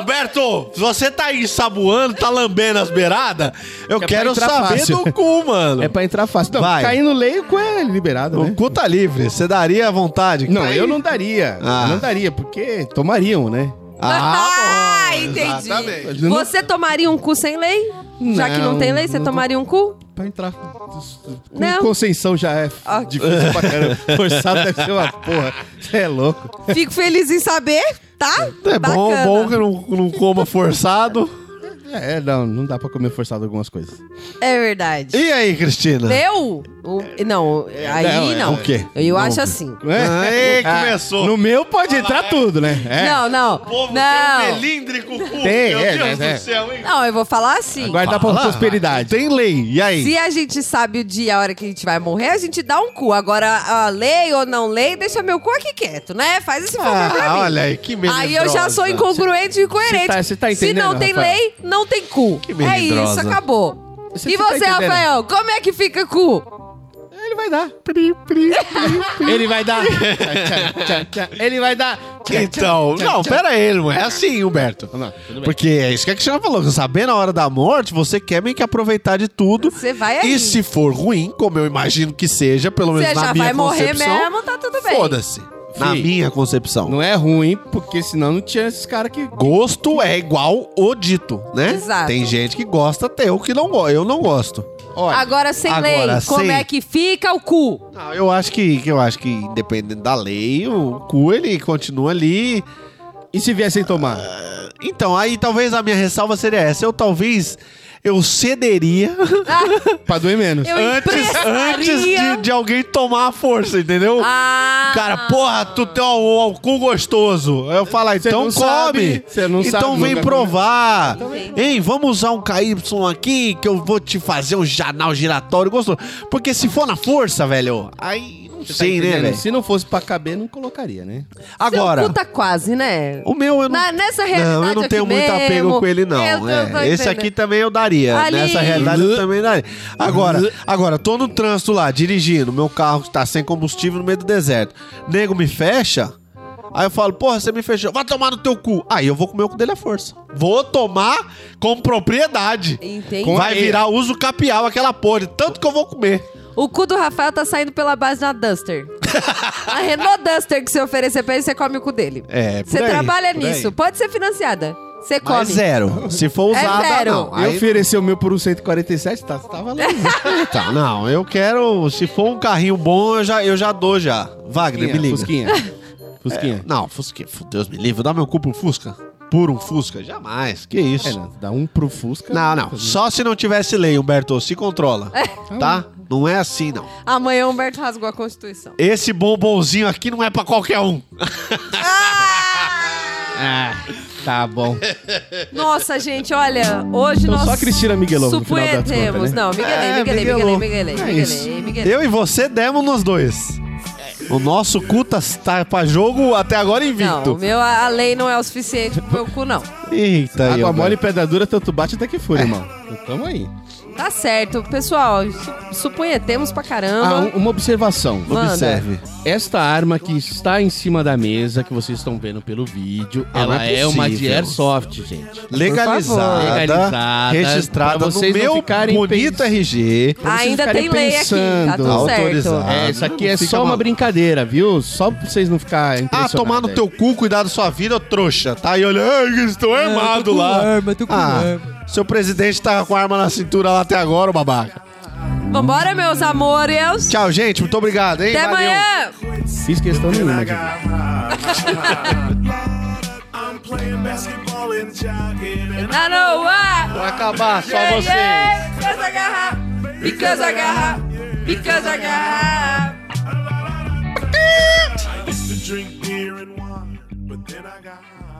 S5: Humberto, você tá aí sabuando, tá lambendo as beiradas? Eu
S4: pra
S5: quero
S4: entrar
S5: saber
S4: fácil.
S5: do cu, mano.
S4: é pra entrar fácil. Não,
S5: Vai.
S4: cair no leio, o cu é liberado, né?
S5: O cu tá livre, você daria à vontade?
S4: Não,
S5: Tá aí.
S4: eu não daria.
S5: Ah.
S4: Eu não daria, porque tomariam, né?
S3: Ah,
S5: Ah, bom,
S3: entendi.
S5: exatamente.
S4: Eu não-
S3: Você tomaria um cu sem lei? Já que não
S4: Não,
S3: tem lei, você
S4: não tô-
S3: tomaria um cu?
S4: Pra entrar.
S3: Não.
S4: Com conceição já é f-
S3: Ah.
S4: difícil pra
S5: *laughs*
S4: caramba. Forçado deve ser uma porra. Você é louco.
S3: Fico feliz em saber, tá?
S5: É bom,
S3: Bacana.
S5: bom que eu não, não coma forçado.
S4: É, é, não, não dá pra comer forçado algumas coisas.
S3: É verdade.
S5: E aí, Cristina?
S3: Né? Eu? O- não, aí
S4: Não, é-
S3: não.
S5: o quê?
S3: Eu
S5: Não.
S3: acho assim.
S5: Aí
S4: Ah,
S5: começou.
S4: No meu pode entrar tudo, né? É.
S3: Não, não. não.
S5: melíndrico cu.
S4: Tem, é, né, é.
S5: céu, hein?
S3: não, eu vou falar assim.
S4: Guardar pra
S5: Fala.
S4: prosperidade.
S5: Tem lei, e aí?
S3: Se a gente sabe o dia e a hora que a gente vai morrer, a gente dá um cu. Agora, a lei ou não lei, deixa meu cu aqui quieto, né? Faz esse favor pra
S5: Ah,
S3: mim.
S5: olha aí, que tá- melindrosa.
S3: Aí eu já sou incongruente e incoerente.
S4: Você tá- você tá
S3: Se não
S4: entendendo,
S3: tem
S4: Rafael?
S3: lei, não tem cu. é
S5: melindrosa.
S3: isso, acabou.
S4: Você-
S3: e
S4: você tá
S3: você,
S4: entendendo?
S3: Rafael, como é que fica cu?
S4: Ele vai dar. Ele vai dar. Tchá, tchá, tchá, tchá. Ele vai dar. Tchá, tchá,
S5: Então,
S4: tchá,
S5: não,
S4: tchá.
S5: pera aí, não é assim, Humberto.
S4: Não, tudo bem.
S5: Porque é isso que a Cristina falou, que sabendo a hora da morte, você quer meio que aproveitar de tudo.
S3: Você vai aí.
S5: E se for ruim, como eu imagino que seja, pelo menos
S3: Você
S5: na
S3: já
S5: minha
S3: vai morrer
S5: concepção,
S3: mesmo, tá tudo bem.
S5: Foda-se. Na
S4: Fih.
S5: minha concepção.
S4: Não é ruim, porque senão não tinha esses caras que.
S5: Gosto é igual o dito, né?
S3: Exato.
S5: Tem gente que gosta, tem eu que não gosto. Eu não gosto.
S4: Olha,
S3: Agora sem
S5: agora
S3: lei, como
S5: sem-
S3: é que fica o cu?
S5: Não, eu acho que, que eu acho que independente da lei, o cu ele continua ali.
S4: e se vier sem tomar?
S5: Então, aí talvez a minha ressalva seria essa. Eu talvez eu cederia
S4: Pra doer menos.
S3: Eu
S5: antes,
S3: emprestaria.
S5: antes de, de alguém tomar a força, entendeu?
S3: Ah.
S5: Cara, porra, tu tem um, um cu gostoso. Eu falo,
S4: Cê
S5: então
S4: não
S5: come.
S4: sabe, cê não
S5: então
S4: sabe,
S5: vem
S4: nunca
S5: provar.
S3: Também.
S5: Hein, vamos usar um KY aqui que eu vou te fazer um janal giratório gostoso. Porque se for na força, velho, aí não
S4: Você tá
S5: sei, né,
S4: entendendo?
S5: velho?
S4: Se não fosse pra caber, não colocaria, né?
S5: Agora,
S3: Seu cu tá quase, né?
S5: o meu eu não...
S3: Na- nessa realidade
S5: Não, eu não
S3: aqui
S5: tenho muito
S3: mesmo.
S5: apego com ele, não.
S3: Eu tô-
S5: é.
S3: tô
S5: Esse
S3: entendendo.
S5: aqui também eu daria.
S3: Ali.
S5: Nessa realidade eu também daria. Agora, agora, tô no trânsito lá, dirigindo, meu carro tá sem combustível no meio do deserto. Nego me fecha. Aí eu falo, porra, você me fechou, vai tomar no teu cu. Aí eu vou comer o cu dele à força. Vou tomar com propriedade.
S3: Entendi.
S4: Com-
S5: Vai virar uso capial aquela porra, de tanto que eu vou comer.
S3: O cu do Rafael tá saindo pela base da
S5: *laughs*
S3: Duster. a Renault Duster que você oferecer pra ele, você come o cu dele.
S5: É, por
S3: Você
S5: aí,
S3: trabalha
S5: por aí.
S3: nisso. Pode ser financiada. Você come.
S5: Mas zero. Se for
S3: É
S5: usada,
S3: zero.
S5: não.
S4: Eu ofereci o meu por um 147, tá, tá
S5: *laughs*
S4: valendo.
S5: Tá, não, eu quero. Se for um carrinho bom, eu já, eu já dou já. Wagner, me liga. É.
S4: Fusquinha. Fusquinha.
S5: Não, Fusca, fu- Deus me livre, dá meu cu pro Fusca. Por um Fusca? Jamais, que isso.
S4: É, não, dá um pro Fusca.
S5: não, não, só se não tivesse lei, Humberto, se controla,
S4: É.
S5: tá? Não é assim, não.
S3: Amanhã o Humberto rasgou a Constituição.
S5: Esse bombonzinho aqui não é pra qualquer um.
S4: Ah, tá
S5: *laughs*
S4: bom.
S3: Nossa, gente, olha, hoje
S4: Então
S3: nós.
S4: só a Cristina Miguelov no final das contas,
S3: Supunhetemos.
S4: né?
S3: Não,
S5: É,
S3: Miguelei, Miguelei,
S5: Miguelou.
S3: Miguelei, Miguelei,
S5: É
S3: Miguelei, Miguelei.
S5: Eu e você demos nos dois. O nosso cu tá, tá pra jogo até agora
S3: Não, o
S5: invicto.
S3: meu, a a lei não é o suficiente pro meu cu, não.
S5: Eita, aí,
S4: Água
S5: Humberto.
S4: mole e pedra dura, tanto bate até que fura,
S5: *laughs*
S4: irmão. Então, Tamo aí.
S3: Tá certo. Pessoal, su- supunhetemos pra
S4: Ah,
S3: caramba.
S4: um- uma observação.
S3: Manda.
S5: Observe.
S4: Esta arma que está em cima da mesa, que vocês estão vendo pelo vídeo,
S5: Ah, não
S4: ela
S5: é
S4: é, uma de
S5: possível.
S4: airsoft, gente.
S5: legalizada,
S4: Legalizada,
S5: registrada
S4: pra
S5: no
S4: vocês não
S5: meu
S4: ficarem
S5: bonito
S4: pens-
S5: RG.
S4: pra vocês
S3: Ainda
S4: ficarem
S3: tem lei aqui, tá
S4: pensando,
S3: tudo
S5: autorizado.
S3: certo.
S5: Ah,
S4: É, isso aqui
S5: não
S4: é
S5: fica
S4: só
S5: maluco.
S4: uma brincadeira, viu? Só pra vocês não ficarem
S5: Ah,
S4: impressionados.
S5: tomar no
S4: aí.
S5: teu cu, cuidar da sua vida, ô trouxa. Tá aí olhando, "Ai, estou armado lá. ah, seu presidente tá com a arma na cintura lá até agora, ô babaca.
S3: Vambora, meus amores.
S5: Tchau, gente. Muito obrigado, hein?
S3: Até amanhã.
S4: Fiz questão nenhuma, gente.
S6: I'm playing basketball and jogging. And
S3: I know why.
S5: Vai acabar, só
S3: Yeah,
S5: vocês.
S3: yeah, because I got high. Because I got high. Because I got high.
S6: I used to drink beer and wine, but then I got high.